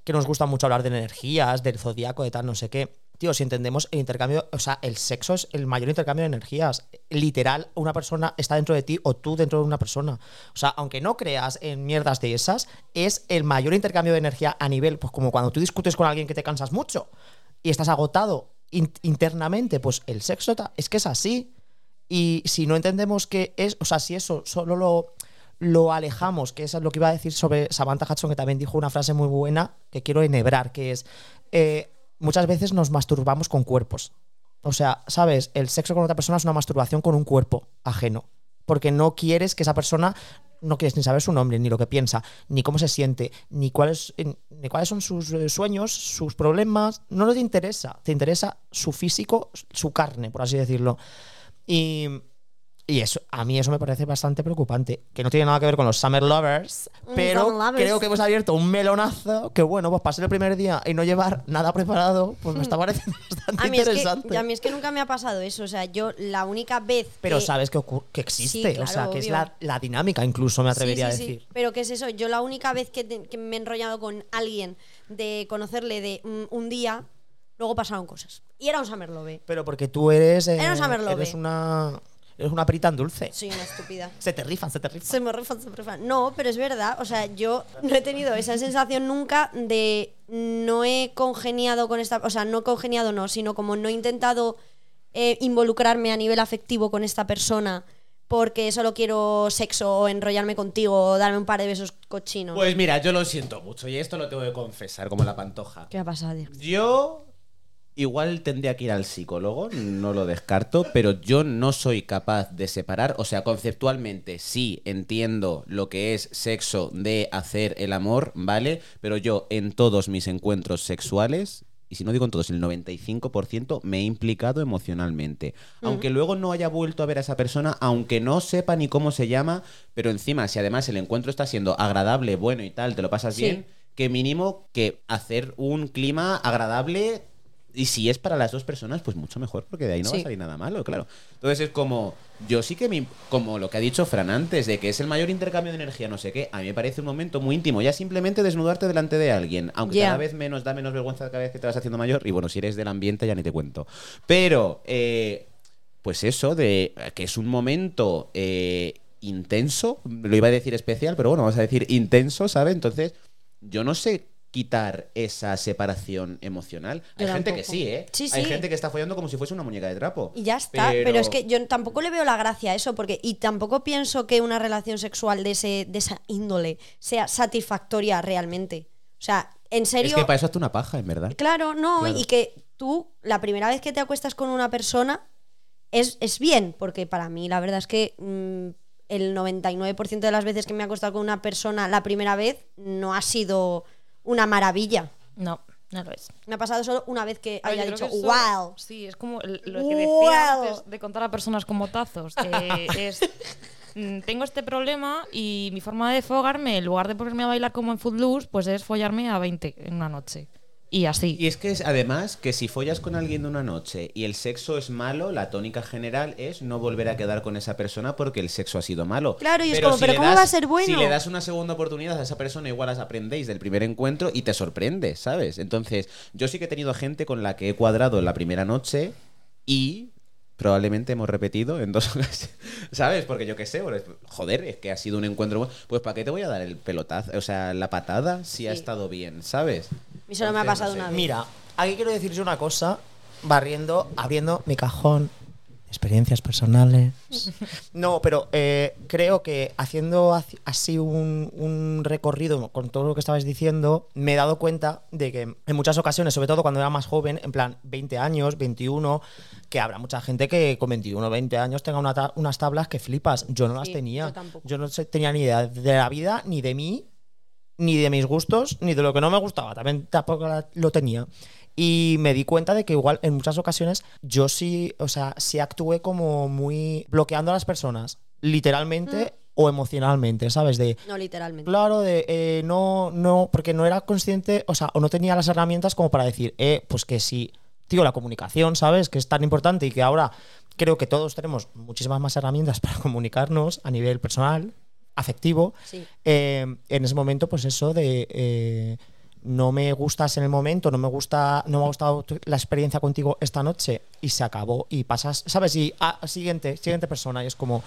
[SPEAKER 3] que nos gusta mucho hablar de energías, del zodiaco, de tal, no sé qué. Tío, si entendemos el intercambio, o sea, el sexo es el mayor intercambio de energías. Literal, una persona está dentro de ti o tú dentro de una persona. O sea, aunque no creas en mierdas de esas, es el mayor intercambio de energía a nivel, pues como cuando tú discutes con alguien que te cansas mucho y estás agotado in- internamente, pues el sexo ta- es que es así. Y si no entendemos que es, o sea, si eso solo lo, lo alejamos, que eso es lo que iba a decir sobre Samantha Hudson, que también dijo una frase muy buena que quiero enhebrar, que es, eh, muchas veces nos masturbamos con cuerpos. O sea, ¿sabes? El sexo con otra persona es una masturbación con un cuerpo ajeno. Porque no quieres que esa persona, no quieres ni saber su nombre, ni lo que piensa, ni cómo se siente, ni cuáles, eh, ni cuáles son sus eh, sueños, sus problemas. No te interesa. Te interesa su físico, su carne, por así decirlo. Y, y eso, a mí eso me parece bastante preocupante. Que no tiene nada que ver con los Summer Lovers,
[SPEAKER 2] Mm,
[SPEAKER 3] pero
[SPEAKER 2] summer lovers.
[SPEAKER 3] creo que hemos pues, abierto un melonazo que, bueno, pues pasar el primer día y no llevar nada preparado, pues me está pareciendo bastante
[SPEAKER 2] Hmm. A mí, es
[SPEAKER 3] interesante.
[SPEAKER 2] que, a mí es que nunca me ha pasado eso. O sea, yo la única vez.
[SPEAKER 3] Pero
[SPEAKER 2] que-
[SPEAKER 3] sabes que, ocur- que existe,
[SPEAKER 2] Sí,
[SPEAKER 3] o sea,
[SPEAKER 2] claro,
[SPEAKER 3] que es
[SPEAKER 2] obvio.
[SPEAKER 3] la, la dinámica, incluso me atrevería
[SPEAKER 2] Sí, sí,
[SPEAKER 3] a
[SPEAKER 2] sí.
[SPEAKER 3] decir.
[SPEAKER 2] Pero ¿qué es eso? Yo la única vez que, te- que me he enrollado con alguien de conocerle de mm, un día, luego pasaron cosas. Y era un Summer Love. ¿eh?
[SPEAKER 3] Pero porque tú eres. eh,
[SPEAKER 2] Era un Summer Love.
[SPEAKER 3] eres una. Eres una perita en dulce.
[SPEAKER 2] Soy una estúpida.
[SPEAKER 3] Se te rifan, se te rifan.
[SPEAKER 2] Se me rifan, se me rifan. No, pero es verdad. O sea, yo no he tenido esa sensación nunca de no he congeniado con esta. O sea, no congeniado no, sino como no he intentado eh, involucrarme a nivel afectivo con esta persona porque solo quiero sexo o enrollarme contigo o darme un par de besos cochinos.
[SPEAKER 5] Pues mira, yo lo siento mucho y esto lo tengo que confesar como la pantoja.
[SPEAKER 2] ¿Qué ha pasado?
[SPEAKER 5] Yo igual tendría que ir al psicólogo, no lo descarto, pero yo no soy capaz de separar, o sea, conceptualmente sí entiendo lo que es sexo de hacer el amor, ¿vale? Pero yo en todos mis encuentros sexuales... Y si no digo en todos, el 95% me he implicado emocionalmente. Aunque luego no haya vuelto a ver a esa persona, aunque no sepa ni cómo se llama, pero encima, si además el encuentro está siendo agradable, bueno y tal, te lo pasas
[SPEAKER 2] Sí.
[SPEAKER 5] bien, que mínimo que hacer un clima agradable y si es para las dos personas, pues mucho mejor, porque de ahí no va
[SPEAKER 2] Sí.
[SPEAKER 5] a salir nada malo, claro. Entonces es como, yo sí que me, imp- como lo que ha dicho Fran antes, de que es el mayor intercambio de energía, no sé qué, a mí me parece un momento muy íntimo, ya simplemente desnudarte delante de alguien, aunque
[SPEAKER 2] Ya.
[SPEAKER 5] cada vez menos da menos vergüenza cada vez que te vas haciendo mayor, y bueno, si eres del ambiente ya ni te cuento. Pero, eh, pues eso, de que es un momento eh, intenso, lo iba a decir especial, pero bueno, vamos a decir intenso, ¿sabes? Entonces, yo no sé quitar esa separación emocional. Hay
[SPEAKER 2] Yo
[SPEAKER 5] gente que
[SPEAKER 2] tampoco.
[SPEAKER 5] sí, ¿eh?
[SPEAKER 2] Sí,
[SPEAKER 5] Hay
[SPEAKER 2] sí.
[SPEAKER 5] gente que está follando como si fuese una muñeca de trapo.
[SPEAKER 2] Y ya está, pero... es que yo tampoco le veo la gracia a eso, porque y tampoco pienso que una relación sexual de, ese, de esa índole sea satisfactoria realmente. O sea, en serio.
[SPEAKER 5] Es que para eso hazte una paja, en verdad.
[SPEAKER 2] Claro, no,
[SPEAKER 5] Claro.
[SPEAKER 2] y que tú, la primera vez que te acuestas con una persona, es, es bien, porque para mí la verdad es que mm, el 99% de las veces que me he acostado con una persona la primera vez no ha sido una maravilla.
[SPEAKER 4] No, no lo es.
[SPEAKER 2] Me ha pasado solo una vez que
[SPEAKER 4] Pero
[SPEAKER 2] había
[SPEAKER 4] Ah, yo
[SPEAKER 2] dicho,
[SPEAKER 4] creo que eso-
[SPEAKER 2] wow.
[SPEAKER 4] Sí, es como el- lo que decía
[SPEAKER 2] Wow.
[SPEAKER 4] antes de contar a personas como tazos. que es, mm, tengo este problema y mi forma de fogarme, en lugar de ponerme a bailar como en Footloose, pues es follarme a 20 en una noche. Y así.
[SPEAKER 5] Y es que es, además que si follas con alguien de una noche y el sexo es malo, la tónica general es no volver a quedar con esa persona porque el sexo ha sido malo.
[SPEAKER 2] Claro, y es como, ¿pero
[SPEAKER 5] le
[SPEAKER 2] cómo va a ser bueno?
[SPEAKER 5] Si le das una segunda oportunidad a esa persona, igual las aprendéis del primer encuentro y te sorprende, ¿sabes? Entonces, yo sí que he tenido gente con la que he cuadrado en la primera noche y probablemente hemos repetido en dos ocasiones, ¿sabes? Porque yo qué sé, pues, joder, es que ha sido un encuentro bueno. Pues ¿para qué te voy a dar el pelotazo, o sea, la patada si ha
[SPEAKER 2] Sí.
[SPEAKER 5] estado bien, ¿sabes?
[SPEAKER 2] Y solo me ha
[SPEAKER 5] Entonces, no
[SPEAKER 2] pasado
[SPEAKER 5] sé.
[SPEAKER 2] una vez.
[SPEAKER 3] Mira, aquí quiero decir yo una cosa, barriendo, abriendo mi cajón, experiencias personales. No, pero eh, creo que haciendo haci- así un, un recorrido con todo lo que estabais diciendo, me he dado cuenta de que en muchas ocasiones, sobre todo cuando era más joven, en plan 20 años, 21, que habrá mucha gente que con 21, 20 años tenga una ta- unas tablas que flipas. Yo no las
[SPEAKER 2] Sí,
[SPEAKER 3] tenía.
[SPEAKER 2] yo tampoco.
[SPEAKER 3] yo no sé- tenía ni idea de la vida, ni de mí, ni de mis gustos, ni de lo que no me gustaba. También tampoco la- lo tenía. Y me di cuenta de que igual en muchas ocasiones yo sí, o sea, sí actué como muy bloqueando a las personas. Literalmente o emocionalmente, ¿sabes? De,
[SPEAKER 2] No, literalmente.
[SPEAKER 3] Claro, de eh, no, no, porque no era consciente, o sea, o no tenía las herramientas como para decir, eh, pues que sí, tío, la comunicación, ¿sabes? Que es tan importante y que ahora creo que todos tenemos muchísimas más herramientas para comunicarnos a nivel personal, afectivo.
[SPEAKER 2] Sí.
[SPEAKER 3] Eh, en ese momento, pues eso de eh, no me gustas en el momento, no me gusta, no me ha gustado tu- la experiencia contigo esta noche y se acabó y pasas, ¿sabes? Y ah, siguiente, siguiente persona y es como.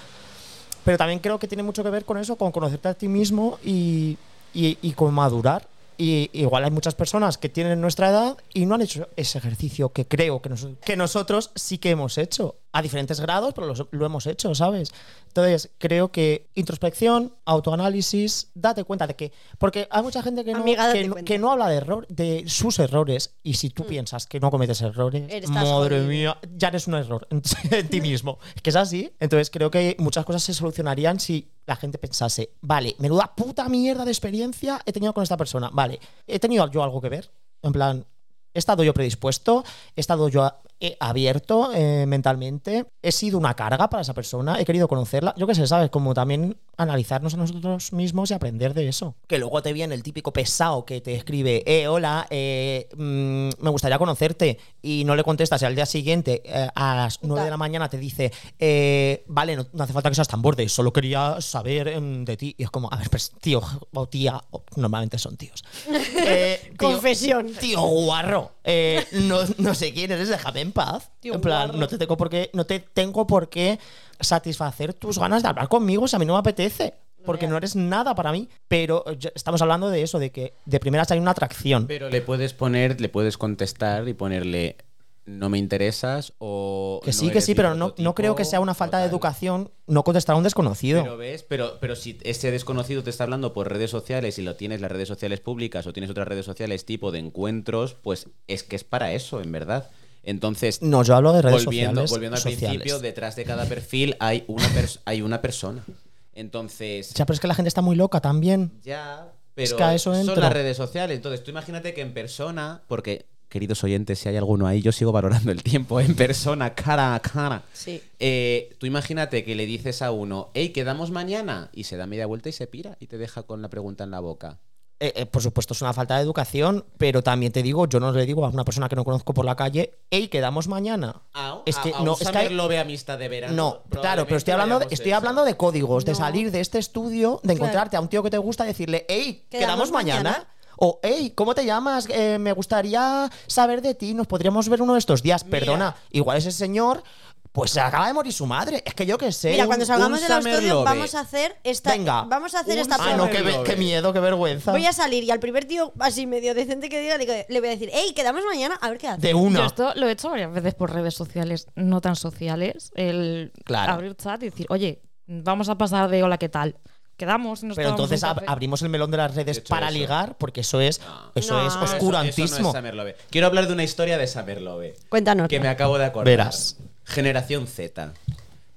[SPEAKER 3] Pero también creo que tiene mucho que ver con eso, con conocerte a ti mismo y, y, y con madurar. Y igual hay muchas personas que tienen nuestra edad y no han hecho ese ejercicio que creo que, nos- que nosotros sí que hemos hecho. A diferentes grados, pero los- lo hemos hecho, ¿sabes? Entonces, creo que introspección, autoanálisis, date cuenta de que... Porque hay mucha gente que no,
[SPEAKER 2] Amiga, date
[SPEAKER 3] que, no-
[SPEAKER 2] cuenta. Mm.
[SPEAKER 3] que no habla de, error, de sus errores. Y si tú piensas que no cometes errores,
[SPEAKER 2] Estás
[SPEAKER 3] madre
[SPEAKER 2] jodido.
[SPEAKER 3] mía, ya eres un error en, en ti mismo. Que es así. Entonces creo que muchas cosas se solucionarían si la gente pensase, vale, menuda puta mierda de experiencia he tenido con esta persona. Vale, ¿he tenido yo algo que ver? En plan, ¿he estado yo predispuesto? ¿He estado yo a- eh, abierto eh, mentalmente? ¿He sido una carga para esa persona? ¿He querido conocerla? Yo qué sé, ¿sabes? Como también analizarnos a nosotros mismos y aprender de eso. Que luego te viene el típico pesado que te escribe, eh, hola, eh, mm, me gustaría conocerte y no le contestas y al día siguiente eh, a las 9 de la mañana te dice, eh, vale, no, no hace falta que seas tan borde, solo quería saber em, de ti. Y es como, a ver, pues, tío o tía, o- normalmente son tíos. Eh, tío,
[SPEAKER 2] Confesión.
[SPEAKER 3] Tío guarro, eh, no, no sé quién eres, déjame en paz.
[SPEAKER 4] Tío
[SPEAKER 3] en plan,
[SPEAKER 4] guarro.
[SPEAKER 3] no te tengo por qué, no te tengo por qué satisfacer tus ganas de hablar conmigo si a mí no me apetece. Porque no eres nada para mí. Pero eh, ya estamos hablando de eso, de que de primeras hay una atracción.
[SPEAKER 5] Pero le puedes poner, le puedes contestar y ponerle no me interesas o
[SPEAKER 3] Que
[SPEAKER 5] pues, "No
[SPEAKER 3] sí, que
[SPEAKER 5] eres
[SPEAKER 3] sí,
[SPEAKER 5] mi
[SPEAKER 3] pero no, no
[SPEAKER 5] prototipo",
[SPEAKER 3] creo que sea una
[SPEAKER 5] o
[SPEAKER 3] falta de
[SPEAKER 5] tal.
[SPEAKER 3] educación no contestar a un desconocido.
[SPEAKER 5] Pero ves, pero, pero si ese desconocido te está hablando por redes sociales y lo tienes las redes sociales públicas o tienes otras redes sociales tipo de encuentros, pues es que es para eso, en verdad. Entonces,
[SPEAKER 3] no, yo hablo de Mm, redes
[SPEAKER 5] volviendo,
[SPEAKER 3] sociales.
[SPEAKER 5] volviendo al
[SPEAKER 3] sociales.
[SPEAKER 5] principio, detrás de cada perfil hay una, pers- hay una persona. Entonces,
[SPEAKER 3] Ya, pero es que la gente está muy loca también.
[SPEAKER 5] ya, pero
[SPEAKER 3] que a eso
[SPEAKER 5] son
[SPEAKER 3] entro.
[SPEAKER 5] las redes sociales. Entonces, tú imagínate que en persona, porque, queridos oyentes, si hay alguno ahí, yo sigo valorando el tiempo en persona, cara a cara.
[SPEAKER 2] Sí.
[SPEAKER 5] Eh, tú imagínate que le dices a uno, hey, quedamos mañana, y se da media vuelta y se pira y te deja con la pregunta en la boca.
[SPEAKER 3] Eh, eh, por supuesto, es una falta de educación, pero también te digo, yo no le digo a una persona que no conozco por la calle, hey, quedamos mañana.
[SPEAKER 5] Ah,
[SPEAKER 3] Es
[SPEAKER 5] a-
[SPEAKER 3] que
[SPEAKER 5] a
[SPEAKER 3] no,
[SPEAKER 5] un
[SPEAKER 3] es que hay-
[SPEAKER 5] saberlo de amistad de verano.
[SPEAKER 3] No, claro,
[SPEAKER 5] probablemente
[SPEAKER 3] pero estoy hablando, de,
[SPEAKER 5] hayamos
[SPEAKER 3] estoy
[SPEAKER 5] hecho.
[SPEAKER 3] hablando de códigos, de
[SPEAKER 2] No.
[SPEAKER 3] salir de este estudio, de encontrarte a un tío que te gusta y decirle, hey,
[SPEAKER 2] ¿Quedamos
[SPEAKER 3] quedamos, mañana.
[SPEAKER 2] mañana?
[SPEAKER 3] O, hey, ¿cómo te llamas? Eh, me gustaría saber de ti, nos podríamos ver uno de estos días. Perdona, igual ese señor, pues se acaba de morir su madre. Es que yo qué sé.
[SPEAKER 2] Mira, cuando
[SPEAKER 5] un-
[SPEAKER 2] salgamos
[SPEAKER 5] un
[SPEAKER 2] del estudio
[SPEAKER 5] Summer
[SPEAKER 2] vamos a
[SPEAKER 5] Love.
[SPEAKER 2] hacer esta
[SPEAKER 3] Venga.
[SPEAKER 2] vamos a hacer
[SPEAKER 5] Un
[SPEAKER 2] esta
[SPEAKER 5] Summer
[SPEAKER 3] Ah, no,
[SPEAKER 2] prueba.
[SPEAKER 3] qué, ve- qué miedo, qué vergüenza.
[SPEAKER 2] Voy a salir y al primer tío así medio decente que diga le digo- le voy a decir, "Ey, quedamos mañana a ver qué hace."
[SPEAKER 3] De una.
[SPEAKER 4] Yo esto lo he hecho varias veces por redes sociales, no tan sociales. El
[SPEAKER 3] Claro.
[SPEAKER 4] abrir chat y decir, oye, vamos a pasar de hola, ¿qué tal? Quedamos y nos
[SPEAKER 3] Pero
[SPEAKER 4] tomamos
[SPEAKER 3] entonces
[SPEAKER 4] un
[SPEAKER 3] ab-
[SPEAKER 4] café.
[SPEAKER 3] abrimos el melón de las redes
[SPEAKER 5] Yo he hecho
[SPEAKER 3] para
[SPEAKER 5] eso. Ah.
[SPEAKER 3] ligar, porque eso es, eso
[SPEAKER 2] No.
[SPEAKER 3] es
[SPEAKER 2] Pero eso-
[SPEAKER 5] Eso- eso no es
[SPEAKER 3] oscurantismo.
[SPEAKER 5] Summer Love. Quiero hablar de una historia de Summer Love.
[SPEAKER 2] Cuéntanos.
[SPEAKER 5] Que me acabo de acordar.
[SPEAKER 3] Verás.
[SPEAKER 5] Generación Z.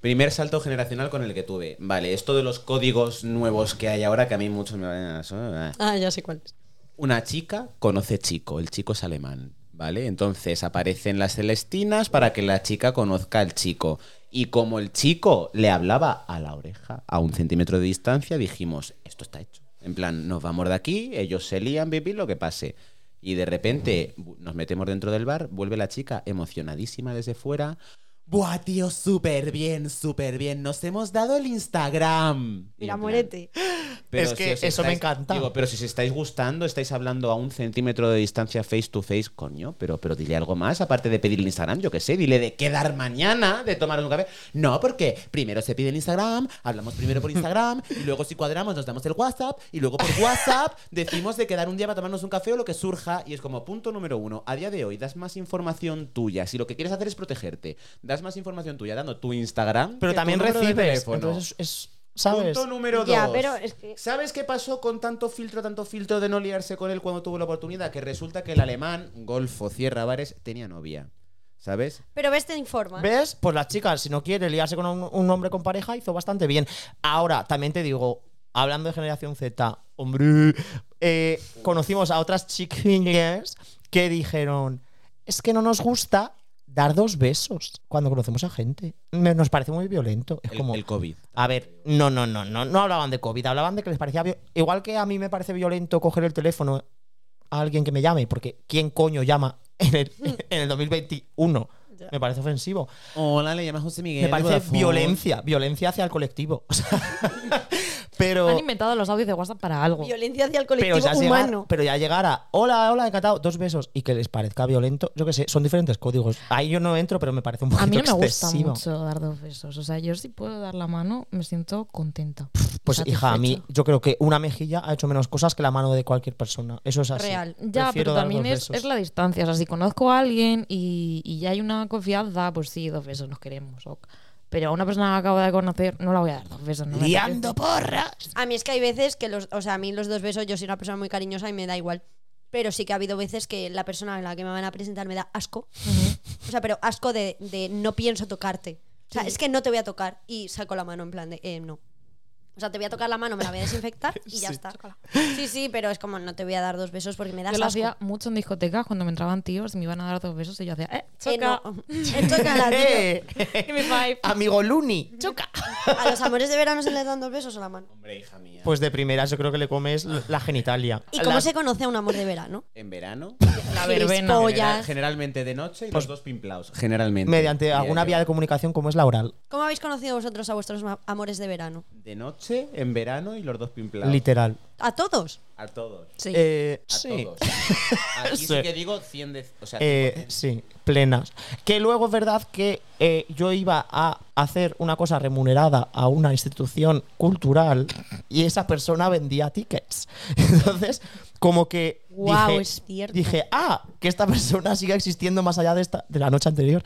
[SPEAKER 5] Primer salto generacional con el que tuve. Vale, esto de los códigos nuevos que hay ahora, que a mí muchos me van a...
[SPEAKER 2] Ah, ya sé cuál es.
[SPEAKER 5] Una chica conoce chico, el chico es alemán, ¿vale? Entonces aparecen las celestinas para que la chica conozca al chico. Y como el chico le hablaba a la oreja a un centímetro de distancia, dijimos, esto está hecho. En plan, nos vamos de aquí, ellos se lían, pipí, lo que pase. Y de repente bu- nos metemos dentro del bar, vuelve la chica emocionadísima desde fuera. Buah, tío, súper bien, súper bien. Nos hemos dado el Instagram. Y
[SPEAKER 2] Mira,
[SPEAKER 5] en plan,
[SPEAKER 2] muérete.
[SPEAKER 3] Es que
[SPEAKER 5] os
[SPEAKER 3] eso me encanta.
[SPEAKER 5] digo, pero si os estáis gustando, estáis hablando a un centímetro de distancia face to face, coño, pero, pero dile algo más, aparte de pedir el Instagram, yo qué sé, dile de quedar mañana, de tomar un café. No, porque primero se pide el Instagram, hablamos primero por Instagram, y luego si cuadramos nos damos el WhatsApp, y luego por WhatsApp decimos de quedar un día para tomarnos un café o lo que surja, y es como punto número uno, a día de hoy das más información tuya, si lo que quieres hacer es protegerte, das más información tuya dando tu Instagram,
[SPEAKER 3] Pero
[SPEAKER 5] que tu
[SPEAKER 3] también
[SPEAKER 5] número de
[SPEAKER 3] recibes.
[SPEAKER 5] teléfono.
[SPEAKER 3] Entonces es, ¿sabes?
[SPEAKER 5] Punto número dos.
[SPEAKER 2] Ya, pero es que-
[SPEAKER 5] ¿Sabes qué pasó con tanto filtro, tanto filtro de no liarse con él cuando tuvo la oportunidad? Que resulta que el alemán, Golfo, Cierra Bares, tenía novia. ¿Sabes?
[SPEAKER 2] Pero ves te informa.
[SPEAKER 3] ¿Ves? Pues las chicas, si no quiere liarse con un, un hombre con pareja, hizo bastante bien. Ahora, también te digo, hablando de generación Z, hombre, eh, conocimos a otras chiquillas que dijeron, es que no nos gusta dar dos besos cuando conocemos a gente. Me- nos parece muy violento. Es
[SPEAKER 5] El,
[SPEAKER 3] como.
[SPEAKER 5] el COVID.
[SPEAKER 3] A ver, no, no, no, no, no hablaban de COVID, hablaban de que les parecía. vi- Igual que a mí me parece violento coger el teléfono a alguien que me llame, porque ¿quién coño llama en el,
[SPEAKER 4] Mm.
[SPEAKER 3] en el 2021?
[SPEAKER 2] Ya.
[SPEAKER 3] Me parece ofensivo.
[SPEAKER 5] Hola, le llamas José Miguel.
[SPEAKER 3] Me
[SPEAKER 5] de
[SPEAKER 3] parece
[SPEAKER 5] Vodafone.
[SPEAKER 3] violencia, violencia hacia el colectivo. O sea, pero.
[SPEAKER 4] Han inventado los audios de WhatsApp para algo.
[SPEAKER 2] Violencia hacia el
[SPEAKER 3] Pero
[SPEAKER 2] colectivo
[SPEAKER 3] ya, llegar,
[SPEAKER 2] humano.
[SPEAKER 3] pero ya llegar a hola, hola, encantado, dos besos y que les parezca violento, yo qué sé, son diferentes códigos. Ahí yo no entro, pero me parece un poquito
[SPEAKER 4] A mí no me gusta
[SPEAKER 3] excesivo.
[SPEAKER 4] mucho dar dos besos. O sea, yo si puedo dar la mano, me siento contenta.
[SPEAKER 3] Pues hija, a mí
[SPEAKER 4] satisfecha.
[SPEAKER 3] yo creo que una mejilla ha hecho menos cosas que la mano de cualquier persona. Eso es así.
[SPEAKER 2] Real.
[SPEAKER 4] Ya,
[SPEAKER 3] Prefiero
[SPEAKER 4] pero
[SPEAKER 3] dar
[SPEAKER 4] también
[SPEAKER 3] dos
[SPEAKER 4] es,
[SPEAKER 3] besos.
[SPEAKER 4] es la distancia. O sea, si conozco a alguien y, y ya hay una confianza, pues sí, dos besos nos queremos. ok. Pero a una persona que acabo de conocer, no la voy a dar dos besos. No me
[SPEAKER 3] Liando
[SPEAKER 4] apetece.
[SPEAKER 3] porras.
[SPEAKER 2] A mí es que hay veces que los, o sea, a mí los dos besos, yo soy una persona muy cariñosa y me da igual. Pero sí que ha habido veces que la persona a la que me van a presentar me da asco. O sea, pero asco de, de no pienso tocarte. O sea, es que no te voy a tocar y saco la mano en plan de, eh, no. O sea, te voy a tocar la mano, me la voy a desinfectar y ya está. Sí, sí, pero es como, no te voy a dar dos besos porque me das
[SPEAKER 4] Yo lo
[SPEAKER 2] asco.
[SPEAKER 4] hacía mucho en discotecas cuando me entraban tíos y me iban a dar dos besos y yo hacía, eh,
[SPEAKER 2] Eh,
[SPEAKER 4] choca.
[SPEAKER 2] no. Ah. Eh, chócala, tío.
[SPEAKER 4] Give me five.
[SPEAKER 3] Amigo Luni, choca.
[SPEAKER 2] A los amores de verano se les dan dos besos a la mano.
[SPEAKER 5] Hombre, hija mía.
[SPEAKER 3] Pues de primeras yo creo que le comes la genitalia.
[SPEAKER 2] ¿Y cómo
[SPEAKER 3] Las-
[SPEAKER 2] se conoce a un amor de verano?
[SPEAKER 5] en verano.
[SPEAKER 4] La verbena.
[SPEAKER 2] Gilipollas.
[SPEAKER 5] general- generalmente de noche y
[SPEAKER 3] Pues
[SPEAKER 5] los dos pimplaos. Generalmente.
[SPEAKER 3] mediante
[SPEAKER 5] Diría
[SPEAKER 3] alguna
[SPEAKER 5] yo.
[SPEAKER 3] vía de comunicación como es la oral,
[SPEAKER 2] ¿Cómo habéis conocido vosotros a vuestros ma- amores de verano?
[SPEAKER 5] De noche, en verano y los dos pimplaos.
[SPEAKER 3] literal.
[SPEAKER 2] ¿A todos?
[SPEAKER 5] A todos.
[SPEAKER 2] Sí.
[SPEAKER 3] Eh,
[SPEAKER 5] A
[SPEAKER 3] sí.
[SPEAKER 5] todos. Aquí sí.
[SPEAKER 3] Sí.
[SPEAKER 5] que digo 100 de. O sea,
[SPEAKER 3] Eh, sí, plenas. Que luego es verdad que eh, yo iba a hacer una cosa remunerada a una institución cultural y esa persona vendía tickets. Entonces, como que
[SPEAKER 2] Guau,
[SPEAKER 3] dije,
[SPEAKER 2] es cierto.
[SPEAKER 3] dije, ah, que esta persona siga existiendo más allá de, esta, de la noche anterior.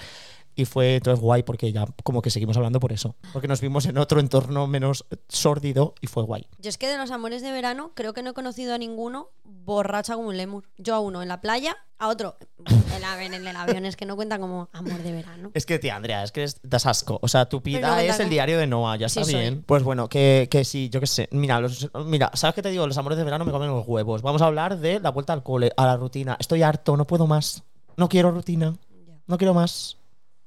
[SPEAKER 3] Y fue entonces guay porque ya como que seguimos hablando por eso. Porque nos vimos en otro entorno menos sórdido y fue guay.
[SPEAKER 2] Yo es que de los amores de verano creo que no he conocido a ninguno borracha como un lemur. Yo a uno en la playa, a otro en, la- en el avión, es que no cuentan como amor de verano.
[SPEAKER 3] Es que, tía, Andrea, es que es- das asco. O sea, tu
[SPEAKER 2] Pero
[SPEAKER 3] vida
[SPEAKER 2] no,
[SPEAKER 3] es
[SPEAKER 2] ¿verdad?
[SPEAKER 3] el diario de Noah, ya
[SPEAKER 2] Sí,
[SPEAKER 3] está
[SPEAKER 2] soy.
[SPEAKER 3] bien. Pues bueno, que, que sí, yo qué sé. Mira, los, mira, ¿sabes qué te digo? Los amores de verano me comen los huevos. Vamos a hablar de la vuelta al cole, a la rutina. Estoy harto, no puedo más. No quiero rutina.
[SPEAKER 2] Ya.
[SPEAKER 3] No quiero más.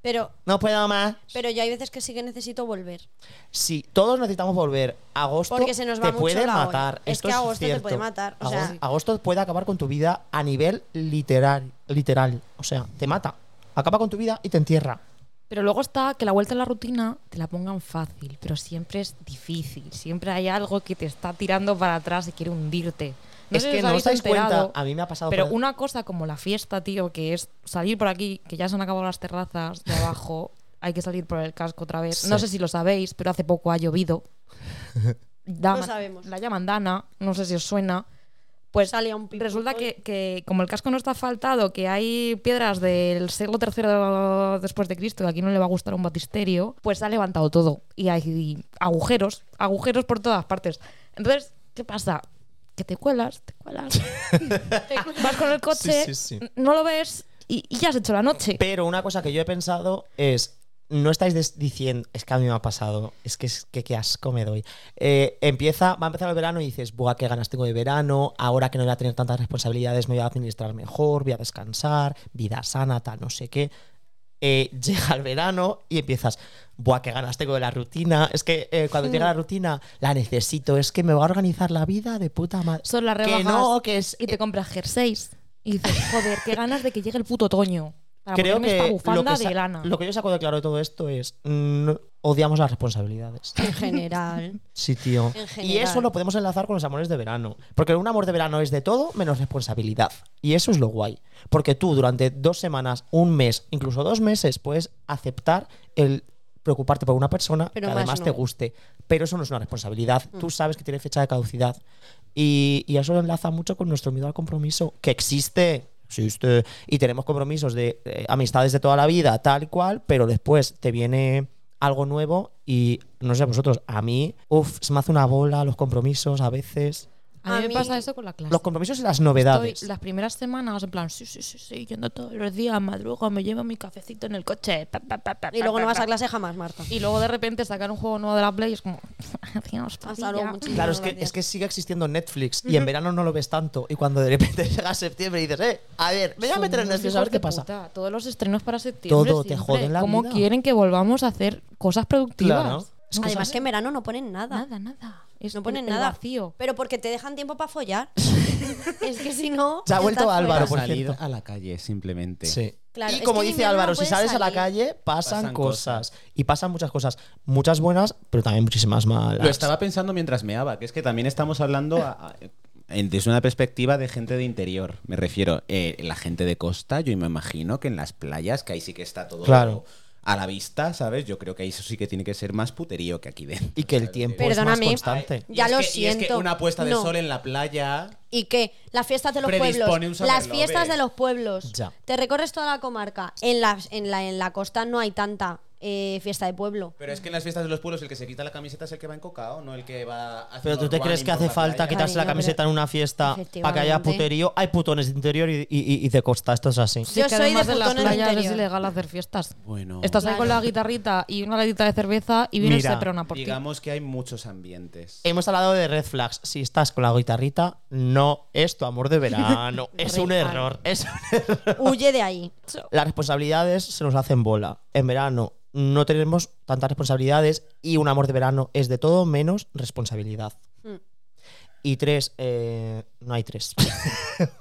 [SPEAKER 2] Pero,
[SPEAKER 3] No puedo más.
[SPEAKER 2] pero yo hay veces que sí que necesito volver.
[SPEAKER 3] Sí, todos necesitamos volver. Agosto
[SPEAKER 2] Porque se nos va
[SPEAKER 3] te
[SPEAKER 2] mucho
[SPEAKER 3] puede
[SPEAKER 2] la olla.
[SPEAKER 3] matar.
[SPEAKER 2] Es
[SPEAKER 3] Esto
[SPEAKER 2] que agosto te
[SPEAKER 3] cierto.
[SPEAKER 2] puede matar, o sea-
[SPEAKER 3] Agosto, agosto puede acabar con tu vida a nivel literal, literal. O sea, te mata. Acaba con tu vida y te entierra.
[SPEAKER 4] Pero luego está que la vuelta a la rutina te la pongan fácil, pero siempre es difícil. Siempre hay algo que te está tirando para atrás y quiere hundirte. No
[SPEAKER 3] es
[SPEAKER 4] sé si
[SPEAKER 3] que
[SPEAKER 4] os
[SPEAKER 3] no
[SPEAKER 4] habéis
[SPEAKER 3] os dais
[SPEAKER 4] enterado,
[SPEAKER 3] cuenta. A mí me ha pasado
[SPEAKER 4] Pero
[SPEAKER 3] por-
[SPEAKER 4] una cosa como la fiesta, tío, que es salir por aquí, que ya se han acabado las terrazas de abajo, hay que salir por el casco otra vez. No
[SPEAKER 3] Sí.
[SPEAKER 4] sé si lo sabéis, pero hace poco ha llovido. Dama-
[SPEAKER 2] Lo sabemos.
[SPEAKER 4] La llaman Dana, no sé si os suena. Pues
[SPEAKER 2] Sale a un pipo.
[SPEAKER 4] resulta que, que como el casco no está faltado, que hay piedras del siglo III después de Cristo, que aquí no le va a gustar un batisterio, pues se ha levantado todo. Y hay agujeros, agujeros por todas partes. Entonces, ¿qué pasa? Que te cuelas, te cuelas. Te cuelas. Vas con el coche,
[SPEAKER 3] Sí, sí, sí.
[SPEAKER 4] no lo ves y, y ya has hecho la noche.
[SPEAKER 3] Pero una cosa que yo he pensado es, no estáis des- diciendo, es que a mí me ha pasado, es que, es que qué asco me doy. Eh, empieza, va a empezar el verano y dices, buah, qué ganas tengo de verano, ahora que no voy a tener tantas responsabilidades me voy a administrar mejor, voy a descansar, vida sana, tal, no sé qué. Eh, llega el verano y empiezas, buah, qué ganas tengo de la rutina, es que eh, cuando llega la rutina la necesito, es que me va a organizar la vida de puta madre.
[SPEAKER 4] Son las rebajas
[SPEAKER 3] Que no, eh, que es...
[SPEAKER 4] y te compras jerseys. Y dices, joder, qué ganas de que llegue el puto otoño. Para
[SPEAKER 3] creo
[SPEAKER 4] ponerme
[SPEAKER 3] que,
[SPEAKER 4] esta
[SPEAKER 3] lo
[SPEAKER 4] bufanda
[SPEAKER 3] que, sa-
[SPEAKER 4] de lana.
[SPEAKER 3] lo que yo saco de claro de todo esto es mm, odiamos las responsabilidades.
[SPEAKER 2] En general.
[SPEAKER 3] Sí, tío.
[SPEAKER 2] En general.
[SPEAKER 3] Y eso lo podemos enlazar con los amores de verano. Porque un amor de verano es de todo menos responsabilidad. Y eso es lo guay. Porque tú durante dos semanas, un mes, incluso dos meses, puedes aceptar el preocuparte por una persona
[SPEAKER 2] Pero
[SPEAKER 3] que
[SPEAKER 2] más
[SPEAKER 3] además
[SPEAKER 2] no.
[SPEAKER 3] te guste. Pero eso no es una responsabilidad.
[SPEAKER 4] Mm.
[SPEAKER 3] Tú sabes que tiene fecha de caducidad. Y, y eso enlaza mucho con nuestro miedo al compromiso, que existe. Existe. Y tenemos compromisos de eh, amistades de toda la vida, tal y cual, pero después te viene algo nuevo y no sé a vosotros, a mí, uff, se me hace una bola los compromisos a veces.
[SPEAKER 2] A
[SPEAKER 4] A, mí,
[SPEAKER 2] mí-
[SPEAKER 4] me pasa eso con la clase.
[SPEAKER 3] Los compromisos y las
[SPEAKER 4] Estoy
[SPEAKER 3] novedades.
[SPEAKER 4] las primeras semanas en plan, sí, sí, sí, sí, yendo todos los días, madrugo, me llevo mi cafecito en el coche. pa, pa, pa, pa,
[SPEAKER 2] Y luego
[SPEAKER 4] pa,
[SPEAKER 2] no vas
[SPEAKER 4] pa.
[SPEAKER 2] a clase jamás, Marta.
[SPEAKER 4] Y luego de repente sacar un juego nuevo de la Play y es como, adiós,
[SPEAKER 2] Hasta luego,
[SPEAKER 4] papilla.
[SPEAKER 2] muchísimas
[SPEAKER 3] Claro, es que,
[SPEAKER 2] gracias.
[SPEAKER 3] es que sigue existiendo Netflix y en verano no lo ves tanto. Y cuando de repente llega septiembre y dices, eh, a ver, me voy a
[SPEAKER 4] Son
[SPEAKER 3] meter en
[SPEAKER 4] unos
[SPEAKER 3] Netflix a
[SPEAKER 4] hijos
[SPEAKER 3] ver qué
[SPEAKER 4] de
[SPEAKER 3] pasa.
[SPEAKER 4] puta. Todos los estrenos para septiembre.
[SPEAKER 3] Todo, te
[SPEAKER 4] siempre.
[SPEAKER 3] joden la
[SPEAKER 4] ¿Cómo
[SPEAKER 3] vida.
[SPEAKER 4] quieren que volvamos a hacer cosas productivas?
[SPEAKER 3] Claro. Es que
[SPEAKER 2] Además
[SPEAKER 4] ¿eh?
[SPEAKER 3] son-
[SPEAKER 2] que en verano no ponen nada.
[SPEAKER 4] Nada, nada. Es
[SPEAKER 2] No ponen
[SPEAKER 4] el- el
[SPEAKER 2] nada.
[SPEAKER 4] Vacío.
[SPEAKER 2] Pero porque te dejan tiempo para follar. es que si no.
[SPEAKER 3] Se ha vuelto
[SPEAKER 2] estás
[SPEAKER 3] Álvaro,
[SPEAKER 2] fuera.
[SPEAKER 5] Para
[SPEAKER 3] por
[SPEAKER 5] salir
[SPEAKER 3] cierto.
[SPEAKER 5] a la calle, simplemente.
[SPEAKER 3] Sí.
[SPEAKER 2] Claro,
[SPEAKER 3] y
[SPEAKER 2] es
[SPEAKER 3] como
[SPEAKER 2] que en
[SPEAKER 3] dice
[SPEAKER 2] invierno
[SPEAKER 3] Álvaro,
[SPEAKER 2] no
[SPEAKER 3] si
[SPEAKER 2] puedes
[SPEAKER 3] sales a la
[SPEAKER 2] salir.
[SPEAKER 3] calle, pasan,
[SPEAKER 5] Pasan
[SPEAKER 3] cosas.
[SPEAKER 5] cosas.
[SPEAKER 3] Y pasan muchas cosas. Muchas buenas, pero también muchísimas malas.
[SPEAKER 5] Lo estaba pensando mientras meaba, que es que también estamos hablando a- a- en- desde una perspectiva de gente de interior. Me refiero, eh, la gente de costa, yo me imagino que en las playas, que ahí sí que está todo
[SPEAKER 3] Claro.
[SPEAKER 5] a la vista, ¿sabes? Yo creo que ahí eso sí que tiene que ser más puterío que aquí dentro. Eh,
[SPEAKER 3] Y que el tiempo
[SPEAKER 2] Perdóname.
[SPEAKER 3] es más constante.
[SPEAKER 5] Y
[SPEAKER 2] Ya
[SPEAKER 5] es
[SPEAKER 2] lo
[SPEAKER 5] que- y es
[SPEAKER 2] siento.
[SPEAKER 5] que una puesta de
[SPEAKER 2] No.
[SPEAKER 5] sol en la playa.
[SPEAKER 2] ¿Y qué? Las fiestas de los
[SPEAKER 5] Predispone
[SPEAKER 2] pueblos.
[SPEAKER 5] un
[SPEAKER 2] Las
[SPEAKER 5] Summer Love,
[SPEAKER 2] fiestas
[SPEAKER 5] eh.
[SPEAKER 2] de los pueblos.
[SPEAKER 3] Ya.
[SPEAKER 2] Te recorres toda la comarca. En la, en la, en la costa no hay tanta eh, fiesta de pueblo.
[SPEAKER 5] Pero es que en las fiestas de los pueblos el que se quita la camiseta es el que va encocado, no el que va a
[SPEAKER 3] Pero tú te crees que hace falta
[SPEAKER 2] playa.
[SPEAKER 3] quitarse la
[SPEAKER 2] Cariño,
[SPEAKER 3] camiseta
[SPEAKER 2] pero-
[SPEAKER 3] en una fiesta para que haya
[SPEAKER 2] Efectivamente.
[SPEAKER 3] puterío. Hay putones de interior y, y- y- y de costa, esto es así.
[SPEAKER 4] Sí,
[SPEAKER 2] Yo
[SPEAKER 4] que
[SPEAKER 2] soy de
[SPEAKER 4] además en las
[SPEAKER 2] putón en el
[SPEAKER 4] playas es
[SPEAKER 2] interior.
[SPEAKER 4] ilegal hacer fiestas.
[SPEAKER 5] Bueno.
[SPEAKER 4] Estás ahí
[SPEAKER 2] Claro.
[SPEAKER 4] con la guitarrita y una latita de cerveza y viene
[SPEAKER 3] Mira,
[SPEAKER 4] el Seprona por ti.
[SPEAKER 5] Digamos que hay muchos ambientes.
[SPEAKER 2] Eh,
[SPEAKER 3] Hemos hablado de red flags. Si estás con la guitarrita, no es tu amor de verano. es un
[SPEAKER 4] Real.
[SPEAKER 3] error. Es un error.
[SPEAKER 2] Huye de ahí.
[SPEAKER 3] Las responsabilidades se nos hacen bola. En verano no tenemos tantas responsabilidades y un amor de verano es de todo menos responsabilidad.
[SPEAKER 2] Mm.
[SPEAKER 3] Y tres, eh, no hay tres.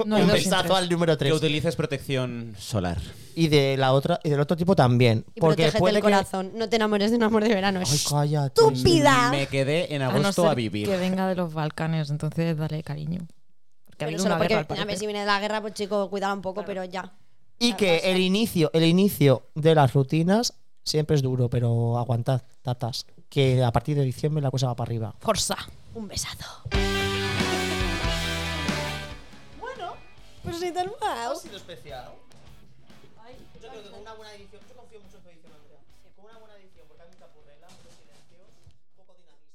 [SPEAKER 4] No hay
[SPEAKER 3] un
[SPEAKER 4] dos sin
[SPEAKER 3] besazo
[SPEAKER 4] tres.
[SPEAKER 3] al número
[SPEAKER 5] Que
[SPEAKER 3] tres.
[SPEAKER 5] utilices protección solar.
[SPEAKER 3] Y de la otra, y del otro tipo también.
[SPEAKER 2] Y
[SPEAKER 3] porque
[SPEAKER 2] protégete
[SPEAKER 3] puede
[SPEAKER 2] el corazón. No te enamores de un amor de verano.
[SPEAKER 3] Que... Ay,
[SPEAKER 2] Es
[SPEAKER 3] cállate.
[SPEAKER 2] estúpida.
[SPEAKER 5] Pues Me quedé en
[SPEAKER 4] A Ah, no
[SPEAKER 5] agosto
[SPEAKER 4] ser
[SPEAKER 5] a vivir.
[SPEAKER 4] Que venga de los Balcanes, entonces dale cariño. Porque
[SPEAKER 2] Pero
[SPEAKER 4] ha habido
[SPEAKER 2] solo
[SPEAKER 4] una
[SPEAKER 2] porque,
[SPEAKER 4] guerra, al
[SPEAKER 2] a ver,
[SPEAKER 4] parecer.
[SPEAKER 2] si viene de la guerra, pues chico, cuídala un poco, pero ya.
[SPEAKER 3] Y que
[SPEAKER 2] Ah,
[SPEAKER 3] el inicio, el inicio de las rutinas siempre es duro, pero aguantad, tatas. Que a partir de diciembre la cosa va para arriba.
[SPEAKER 4] Forza.
[SPEAKER 2] Un besazo. Bueno, pues ni tan mal.
[SPEAKER 3] especial. Yo creo que con una buena edición, yo confío mucho en tu edición, Andrea. Con una buena edición, porque hay mucha purrela, mucho silencio, poco dinamismo.